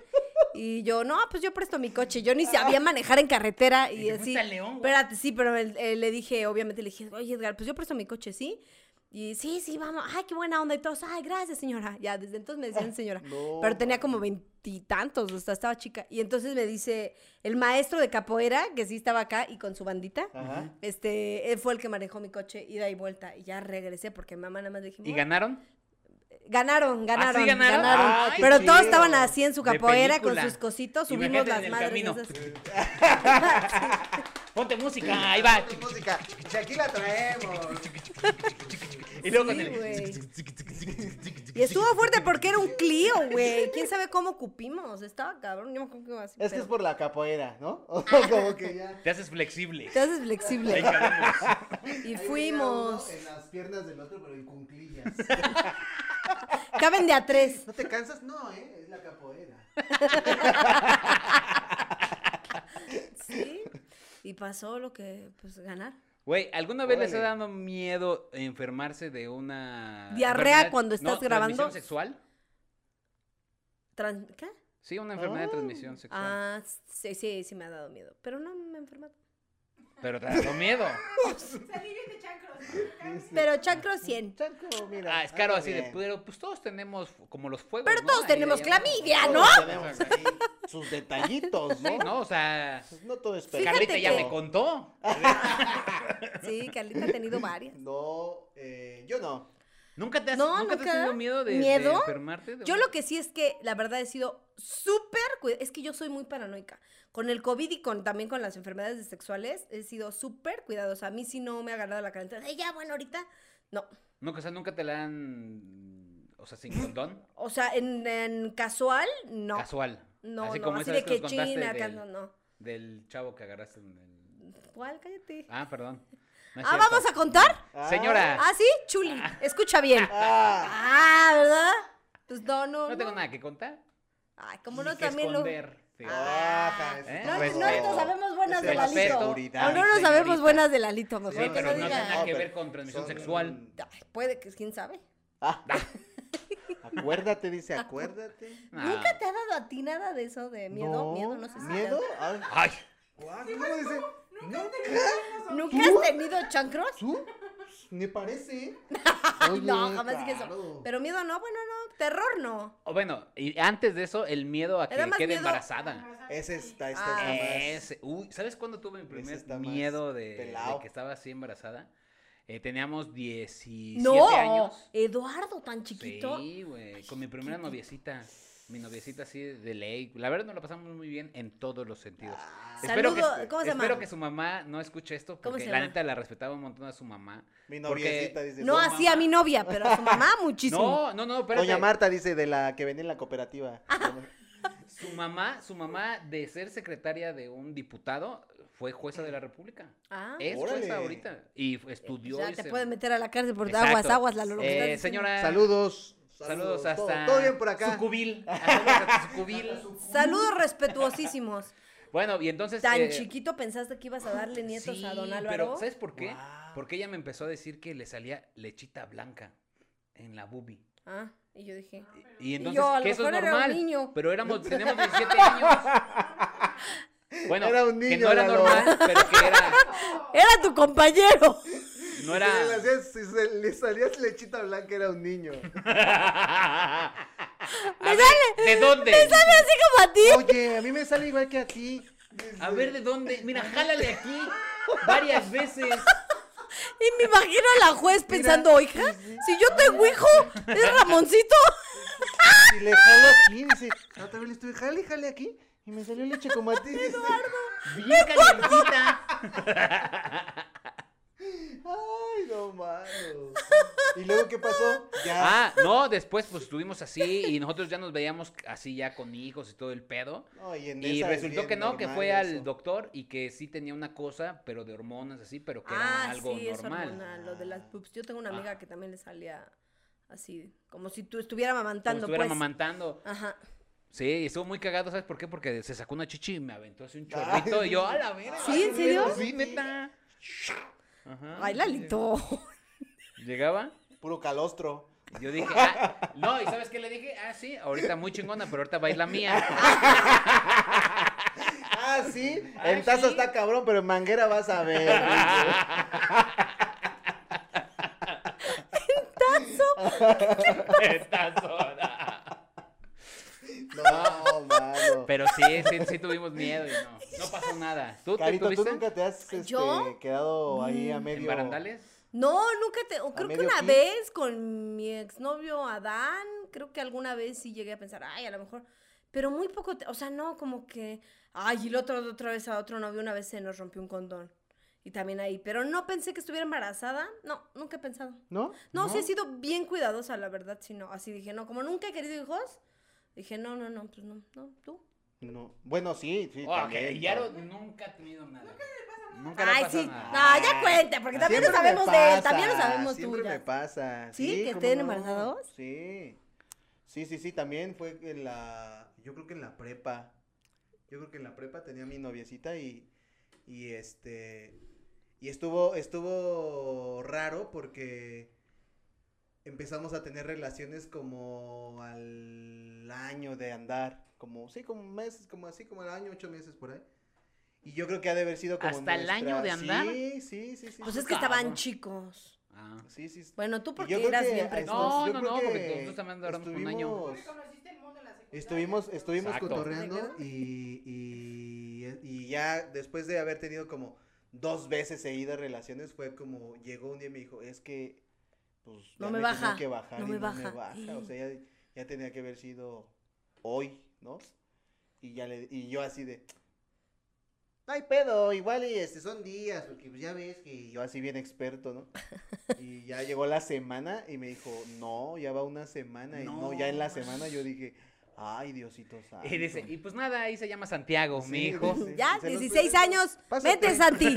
Y yo, no, pues yo presto mi coche. Yo ni sabía manejar en carretera. Y, Y te así. fuiste a León, güey. espérate, sí, pero el- eh, le dije, obviamente le dije, oye Edgar, pues yo presto mi coche, ¿sí? Y sí, sí, vamos. Ay, qué buena onda. Y todos, ay, gracias, señora. Ya, desde entonces me decían señora. No, Pero tenía como veintitantos, o sea, estaba chica. Y entonces me dice el maestro de capoeira, que sí estaba acá y con su bandita. Ajá. Este, él fue el que manejó mi coche, ida y vuelta, y ya regresé porque mamá nada más le dije, ¿Y "Mua". ganaron? ganaron, ganaron, sí ganaron. ganaron? ¡Ay, pero qué todos chido! estaban así en su De capoeira con película. sus cositos, subimos Imagínate en las el madres. camino. esas. Ponte música, ahí va. Ponte música. Si aquí la traemos. Y luego con Sí, el- güey. Y estuvo fuerte porque era un Clio, güey. ¿Quién sabe cómo cupimos? Estaba cabrón, yo me acuerdo que iba así, Es que es pero- por la capoeira, ¿no? O sea, como que ya. Te haces flexible. Te haces flexible. Ahí cabemos. Y Ahí fuimos. venía uno En las piernas del otro, pero en cunclillas. Caben de a tres. ¿No te cansas? No, ¿eh? Es la capoeira. Sí. Y pasó lo que, pues, ganar. Güey, ¿alguna vez les ha Órale. dado miedo enfermarse de una Diarrea enfermedad- cuando estás grabando? transmisión sexual? Tran- ¿Qué? Sí, una enfermedad Ah. de transmisión sexual. Ah, sí, sí, sí me ha dado miedo. Pero no me he enfermado. Pero te ha dado miedo. Salí bien de chancros. ¿no? Acá, Sí. Ah. Pero chancro 100. Chanco, mira. Ah, es caro anda así de, bien. pero pues todos tenemos fu- como los fuegos, Pero ¿no? todos Ahí- tenemos ahí andamos. clamidia, ¿no? Todos tenemos ahí Pues, sus detallitos, ¿no? Sí, no, o sea, Pues no todo es Fíjate Carlita ya que- me contó. Sí, Carlita ha tenido varias. No, eh, yo no. ¿Nunca te has, No, nunca te has nunca. tenido miedo de, de ¿Miedo? enfermarte? de Yo una- lo que sí es que la verdad he sido súper cuida- es que yo soy muy paranoica. Con el COVID y con también con las enfermedades sexuales he sido súper cuidadosa. A mí sí no me ha agarrado la careta. de, ya, bueno, ahorita no. Nunca, o sea, nunca te la han, o sea, sin condón, O sea, en, en casual no. casual. No, así no, como así esa de vez que que nos contaste china, acá del, no, no. del chavo que agarraste en el... ¿Cuál? Cállate. Ah, perdón. No es ah, cierto. ¿vamos a contar? Señora, Ah, sí, chuli. Escucha bien. Ah, Ah, ¿verdad? Pues no, no. no tengo nada que contar. Ay, como ni no que también lo. esconder. Sí. Ah, Ajá, ¿eh? es No, un Respeto. no nos sabemos buenas Es del Respeto. alito. Seguridad, O no nos señorita. sabemos buenas del alito, mejor Sí, que pero no no tiene nada diga. que No, ver pero con transmisión son- sexual. Ay, puede que, quién sabe. Ah, acuérdate, dice, acuérdate. Ah. ¿Nunca te ha dado a ti nada de eso de miedo? miedo, no sé si te ha ¿Miedo? dado. Ay, Ay, guau, ¿Cómo dice? ¿Nunca? ¿Nunca has tenido chancros? ¿Tú? ¿Me Pues, parece? ¿eh? no, Oye, jamás dije eso. claro. Pero miedo no, bueno, no. Terror no. o bueno, y antes de eso, el miedo a que Era más quede miedo- embarazada. Ese está, este Ah. está más. Ese, uy, ¿sabes cuándo tuve mi primer está más miedo de, de pelao. que estaba así embarazada? eh, teníamos 17 No, años. Eduardo, tan chiquito. Sí, güey. Con mi primera noviecita. Mi noviecita así de ley. La verdad nos la pasamos muy bien en todos los sentidos. Ah. Saludo, que, su- Ah, ¿cómo se llama? espero que su mamá no escuche esto ¿Cómo porque se la llama? neta la respetaba un montón a su mamá. Mi Porque- noviecita dice. No "Doña así a mi novia, pero a su mamá muchísimo. No, no, no, Mar- espérate. Ah. Doña Marta dice de la que venía en la cooperativa. Su mamá, su mamá de ser secretaria de un diputado fue jueza de la República. Ah, es Órale. jueza ahorita y f- estudió o sea, y te se- pueden meter a la cárcel por Exacto. aguas, aguas, la lo que Eh, estás diciendo. señora. Saludos. Saludos Todo- hasta Todo, bien por acá. Sucubil. Saludos hasta Sucubil. Saludos respetuosísimos. Bueno, y entonces Tan eh, chiquito pensaste que ibas a darle nietos a don sí, Álvaro. Pero ¿sabes por qué? Guau. Porque ella me empezó a decir que le salía lechita blanca en la boobie. Ah, y yo dije. Y Y entonces, yo, a lo que eso es mejor era un normal. niño. Pero éramos, teníamos 17 años. Bueno, Era un que niño, no era Lalo. normal, pero que era, Era tu compañero. no Si le, era. hacías- si se- le salías lechita blanca era un niño. A ver, ¿de dónde? Así como a ti. Oye, a mí me sale igual que a ti. A ver, ¿de dónde? Mira, jálale aquí varias veces. Y me imagino a la juez pensando, hija, si yo tengo hijo, es Ramoncito. Si le jalo aquí, dice, la otra vez le estuve jale, jale aquí. Y me salió leche como a ti. dice. Bien calientita. Ay, no malo. ¿Y luego qué pasó? Ya. Ah, no, después pues estuvimos así y nosotros ya nos veíamos así ya con hijos y todo el pedo. No, y en Y esa es resultó bien que no, que normal fue eso. al doctor y que sí tenía una cosa, pero de hormonas así, pero que era algo normal. Ah, Ah. hormonal, lo de las boobs. Yo tengo una amiga que también le salía así, como si tú estuviera Como si amamantando, estuviera pues. mamantando. Ajá. Sí, y estuvo muy cagado, ¿sabes por qué? Porque se sacó una chichi y me aventó así un chorrito y yo, a la verga. pues, ¿Sí, en serio? Sí, neta. Ajá. Ay, Lalito. Llegaba Puro calostro. y yo dije, ah, no, ¿y sabes qué le dije? Ah, sí, ahorita muy chingona, pero ahorita va a ir la mía. Ah, sí. Ah, En taza sí. está cabrón, pero en manguera vas a ver. Esta soda. No, malo. Pero sí, sí, sí tuvimos miedo y no, no pasó nada. ¿Tú Carito, te ¿tú tuviste nunca te has este, ¿Yo? Mm. quedado ahí a en medio. barandales? No, nunca te. o creo que medio una pie? vez con mi exnovio Adán, creo que alguna vez sí llegué a pensar, ay, a lo mejor. Pero muy poco. te- o sea, no, como que. Ay, y el otro, otra vez a otro novio, una vez se nos rompió un condón. Y también ahí. Pero no pensé que estuviera embarazada. No, nunca he pensado. ¿No? No, sí he sido bien cuidadosa, la verdad, sí, no. Así dije, no, como nunca he querido hijos, dije, no, no, no, pues no, no, tú. No. Bueno, sí, sí. Oh, también, que ¿no? Yaro nunca ha tenido nada. Nunca le Ay, pasa sí. nada. No, ya cuenta, porque también lo Siempre me sabemos de él, pasa, también lo sabemos tú. Siempre ya. me pasa. ¿Sí? ¿Que cómo estén no. embarazados? Sí. Sí, sí, sí, también fue en la, yo creo que en la prepa. Yo creo que en la prepa tenía mi noviecita y, y este, y estuvo, estuvo raro porque empezamos a tener relaciones como al año de andar, como, sí, como meses, como así, como al año, ocho meses por ahí. Y yo creo que ha de haber sido como ¿Hasta el año de nuestra- andar? Sí, sí, sí, sí. Pues sí. es que estaban Cabrón. chicos. Ah. Sí, sí. sí. Bueno, tú Y yo porque creo eras que bien a estos- precoz. No, yo no, creo no, que porque nosotros también duramos un año. estuvimos- Conociste el mundo en la secundaria. Estuvimos, pero- estuvimos Exacto. cotorreando ¿De y, y, y ya después de haber tenido como dos veces seguidas relaciones, fue como, llegó un día y me dijo, es que, pues, No ya me tenía baja, que bajar no y me no baja. me baja, o sea, ya, ya tenía que haber sido hoy, ¿no? Y ya le, y yo así de, no hay pedo, igual y este, son días, porque pues ya ves que yo así bien experto, ¿no? Y ya llegó la semana y me dijo, no, ya va una semana. Y no, ya en la semana yo dije, ay, Diosito santo. Y dice, y pues nada, ahí se llama Santiago, Sí, mi hijo. dice, Ya, se los 16 presento. años. Pásate. Vete, Santi.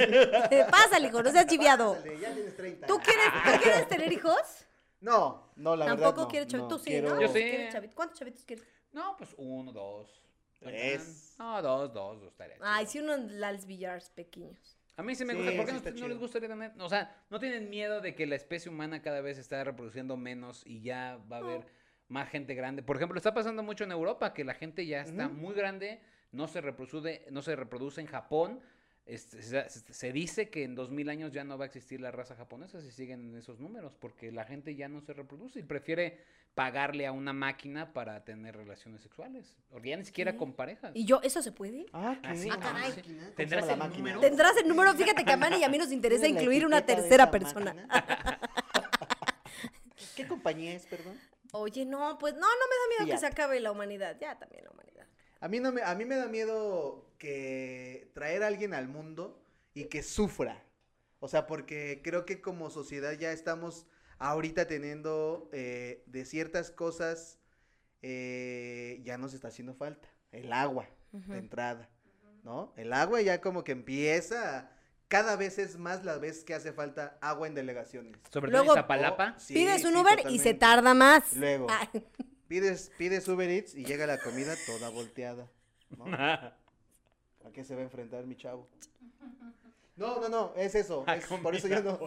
Pásale, hijo, no seas chiviado. Pásale, ya tienes 30. ¿Tú quieres, tú quieres tener hijos? No, no, la verdad Tampoco no, quieres chavitos. ¿eh? no, tú sí, quiero- ¿no? Yo sí. ¿Quieres chavitos? ¿Cuántos chavitos quieres? No, pues uno, dos. Tres. No, dos, dos, dos tareas. Ay, sí, unos Lals Villars pequeños. A mí se me Sí, gusta. ¿Por qué sí no- está no, chido. les gustaría tener? O sea, ¿no tienen miedo de que la especie humana cada vez está reproduciendo menos y ya va a haber más gente grande? Por ejemplo, está pasando mucho en Europa que la gente ya está Ujú. muy grande, no se reproduce, no se reproduce en Japón. este, se, se- se dice que en 2000 años ya no va a existir la raza japonesa si siguen en esos números, porque la gente ya no se reproduce y prefiere pagarle a una máquina para tener relaciones sexuales, o ya ni siquiera ¿Qué? con parejas. ¿Y yo eso se puede? Ah, Ah, sí, Ah, caray. ¿Tendrás el número? Tendrás el número, fíjate que a Mane y a mí nos interesa incluir una tercera persona. ¿Qué compañía es, perdón? Oye, no, pues no, no me da miedo que Fiat. se acabe la humanidad. Ya también la humanidad. A mí, no me, a mí me da miedo que traer a alguien al mundo y que sufra. O sea, porque creo que como sociedad ya estamos ahorita teniendo eh, de ciertas cosas, eh, ya nos está haciendo falta. El agua, Ujú. de entrada, ¿no? El agua ya como que empieza, a- cada vez es más la vez que hace falta agua en delegaciones. Sobre todo en Luego- Iztapalapa. Oh, sí, Pides un sí, Uber y se totalmente. tarda más. Luego. Ah, Pides, pides Uber Eats y llega la comida toda volteada. ¿no? ¿A qué se va a enfrentar mi chavo? No, no, no, es eso. La es- por eso yo no,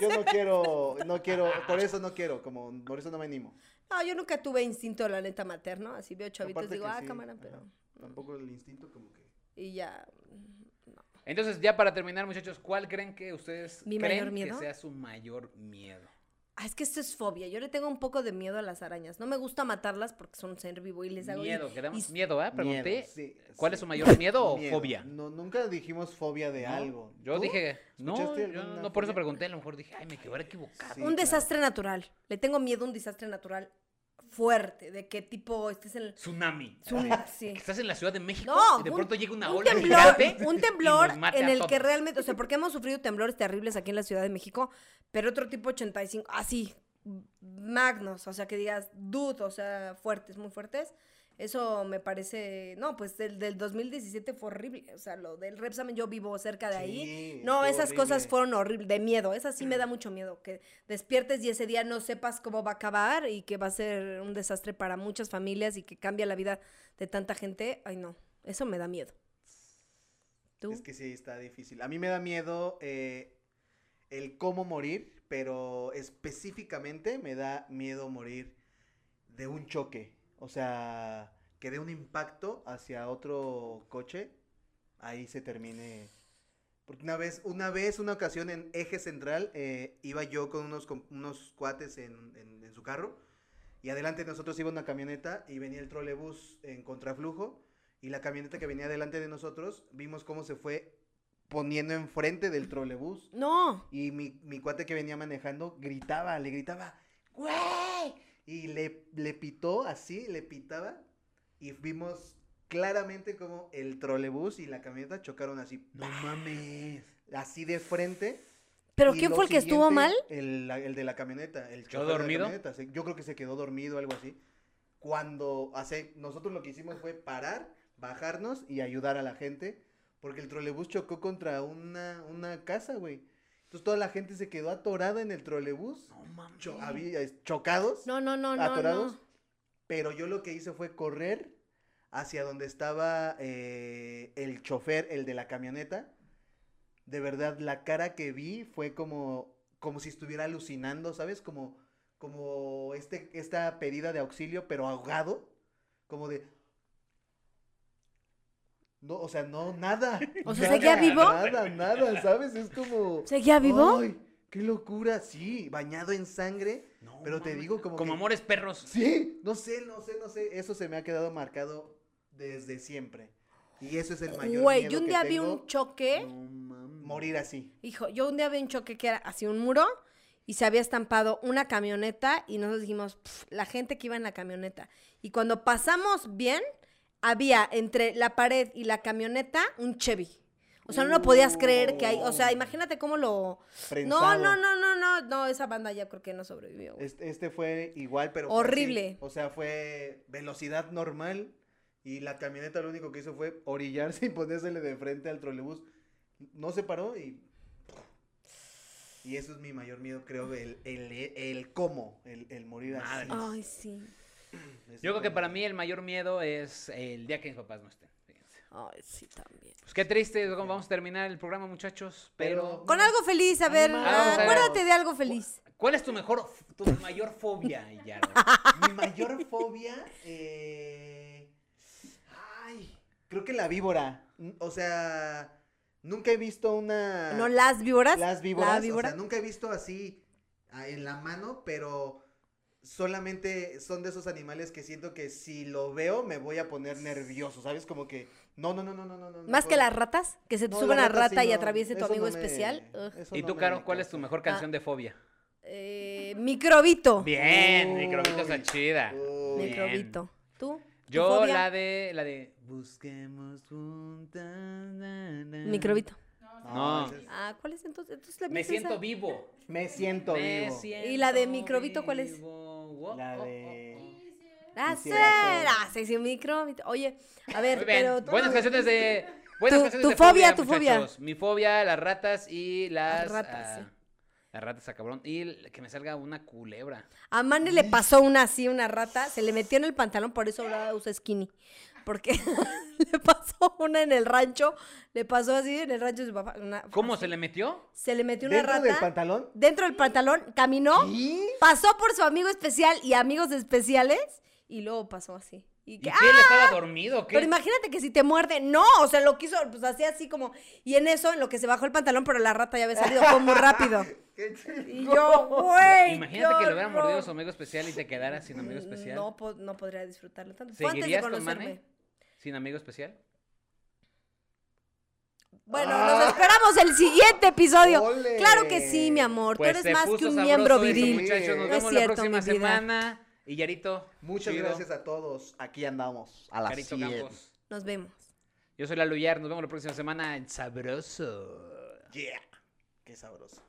yo no quiero, no quiero, por eso no quiero, como, por eso no me animo. no, yo nunca tuve instinto, la neta, materno. Así veo chavitos, Aparte digo, que ah, sí, cámara, ajá, pero. Tampoco el instinto como que. Y ya. mm, Entonces, ya para terminar, muchachos, ¿cuál creen que ustedes ¿Mi creen mayor miedo? que sea su mayor miedo? Ah, es que esto es fobia. Yo le tengo un poco de miedo a las arañas. No me gusta matarlas porque son un ser vivo y les hago. Miedo, quedamos y- miedo, ¿ah? Miedo, Pregunté, sí, ¿cuál sí. es su mayor miedo o Miedo. fobia? No, nunca dijimos fobia de ¿No? algo. Yo ¿Tú? dije, no, ¿Escuchaste yo alguna no por eso fobia? pregunté, a lo mejor dije, ay, me quedé equivocado. Sí, un claro. desastre natural. Le tengo miedo a un desastre natural fuerte. De que tipo estés en. el- Tsunami. Es un- sí. Que Estás en la Ciudad de México No, y de un- pronto llega una un ola temblor, gigante un y temblor nos mate en a el que todos. realmente, o sea, porque hemos sufrido temblores terribles aquí en la Ciudad de México, pero otro tipo 85, así, magnos, o sea, que digas, dude, o sea, fuertes, muy fuertes. Eso me parece, no, pues del, del 2017 fue horrible, o sea, lo del Repsamen yo vivo cerca de ahí. Sí, No, estuvo esas cosas horrible. fueron horribles, de miedo, esas sí me da mucho miedo, que despiertes y ese día no sepas cómo va a acabar y que va a ser un desastre para muchas familias y que cambia la vida de tanta gente. Ay, no, eso me da miedo. ¿Tú? Es que sí, está difícil. A mí me da miedo eh, el cómo morir, pero específicamente me da miedo morir de un choque. O sea, que de un impacto hacia otro coche, ahí se termine. Porque una vez, una vez, una ocasión en Eje Central, eh, iba yo con unos, com- unos cuates en, en- en su carro. Y adelante de nosotros iba una camioneta y venía el trolebús en contraflujo y la camioneta que venía delante de nosotros, vimos cómo se fue poniendo enfrente del trolebús. No, Y mi, mi cuate que venía manejando gritaba, le gritaba, ¡Güey! Y le, le pitó así, le pitaba. Y vimos claramente cómo el trolebús y la camioneta chocaron así, No mames. así de frente. pero y ¿quién lo fue el que estuvo siguiente, mal? El, la- el de la camioneta. El ¿Quedó chofer de la dormido? camioneta, se- yo creo que se quedó dormido, algo así. Cuando hace, nosotros lo que hicimos fue parar, bajarnos y ayudar a la gente. Porque el trolebús chocó contra una, una casa, güey. Entonces toda la gente se quedó atorada en el trolebús. No mames. cho- había- eh, chocados, No, no, no, no, atorados. no. Pero yo lo que hice fue correr hacia donde estaba eh, el chofer, el de la camioneta. De verdad, la cara que vi fue como, como si estuviera alucinando, ¿sabes? Como, como este, esta pedida de auxilio, pero ahogado. Como de... No, o sea, no, nada. O sea, nada, ¿seguía vivo? Nada, nada, ¿sabes? Es como... ¿Seguía vivo? ¡Ay, qué locura! Sí, bañado en sangre. No Pero te mames. digo como Como que- amores perros. Sí, no sé, no sé, no sé. Eso se me ha quedado marcado desde siempre. Y eso es el mayor Güey, miedo yo un que día vi tengo, Mm. un choque, No mames. morir así. hijo, yo un día vi un choque que era hacia un muro y se había estampado una camioneta y nosotros dijimos, "Pf, la gente que iba en la camioneta. Y cuando pasamos bien, había entre la pared y la camioneta un Chevy. O sea, no lo podías creer que hay, o sea, imagínate cómo lo... No, Prensado. no, no, no, no, no, esa banda ya creo que no sobrevivió. güey. Este, este fue igual, pero fue así. Horrible. O sea, fue velocidad normal y la camioneta lo único que hizo fue orillarse y ponérsele de frente al trolebús. No se paró y... Y eso es mi mayor miedo, creo, el, el, el cómo, el, el morir así. Madres. Ay, sí. Es Yo creo que como- para mí el mayor miedo es el día que mis papás no estén. fíjense. Ay, sí, también. Pues qué triste, es como vamos a terminar el programa, muchachos. Pero. Pero- Con algo feliz, a ver, Animados. acuérdate de algo feliz. ¿Cuál es tu mejor, tu mayor fobia, Yaro? Mi mayor fobia, eh... ay, creo que la víbora. Mm, O sea, Nunca he visto una... No, las víboras. Ah. las víboras. La O víbora. sea, nunca he visto así ah, en la mano, pero solamente son de esos animales que siento que si lo veo me voy a poner nervioso, ¿sabes? Como que no, no, no, no, no, no. no, no Más que puedo. las ratas, que se te No, suben a rata sí, rata y no, atraviese tu eso no amigo me- especial. Ugh. eso Y no tú, me Ah. Caro, me ¿cuál es tu causa. mejor canción de fobia? Eh, microbito. Bien, Oh. Uy. microbito está chida. Uy. Bien. Microbito. ¿Tú? ¿Tu Yo fobia? la de la de busquemos juntas. na, na. Microbito. No. ese es- Ah, ¿cuál es entonces? Entonces la Me mía es esa. siento vivo. Me siento Me vivo. siento ¿Y la de microbito cuál es? vivo. Wo- La oh, oh, de- oh. La Quisiera cera, ser. Ah, sí, sí, microbito. Oye, a ver, Muy bien. pero tú- Buenas canciones de. Buenas Tu- canciones tu de fobia, tu fobia. muchachos. Mi fobia, las ratas y las. Las ratas, ah, sí. Las ratas a cabrón. Y el- que me salga una culebra. a Mane le pasó una así, una rata, se le metió en el pantalón, por eso ahora usa skinny. Porque le pasó una en el rancho, le pasó así en el rancho de su papá. una- ¿Cómo se le metió? Se le metió una ¿Dentro rata del pantalón? dentro del pantalón, caminó, ¿Y? pasó por su amigo especial y amigos especiales, y luego pasó así. Y ¿Y que, qué? ¡ah! ¿Él estaba dormido? o ¿Qué? Pero imagínate que si te muerde, no, o sea, lo quiso, pues así, así como, y en eso, en lo que se bajó el pantalón, pero la rata ya había salido, fue muy rápido. Qué chido. Y yo, güey. Imagínate qué que le hubiera horror. mordido a su amigo especial y te quedara sin amigo especial. No, po- no podría disfrutarlo tanto. Fue antes de ¿Seguirías con conocerme. Mane? ¿Sin amigo especial? Bueno, Ah. nos esperamos el siguiente episodio. Ole. Claro que sí, mi amor. Tú Pues se eres más puso que un sabroso miembro eso, viril. muchachos. Nos No es vemos cierto, la próxima mi vida. semana. Y Yarito. Muchas chido. gracias a todos. Aquí andamos. A las Carito 100. Campos. Nos vemos. Yo soy Lalo Yar. Nos vemos la próxima semana en Sabroso. Yeah. Qué sabroso.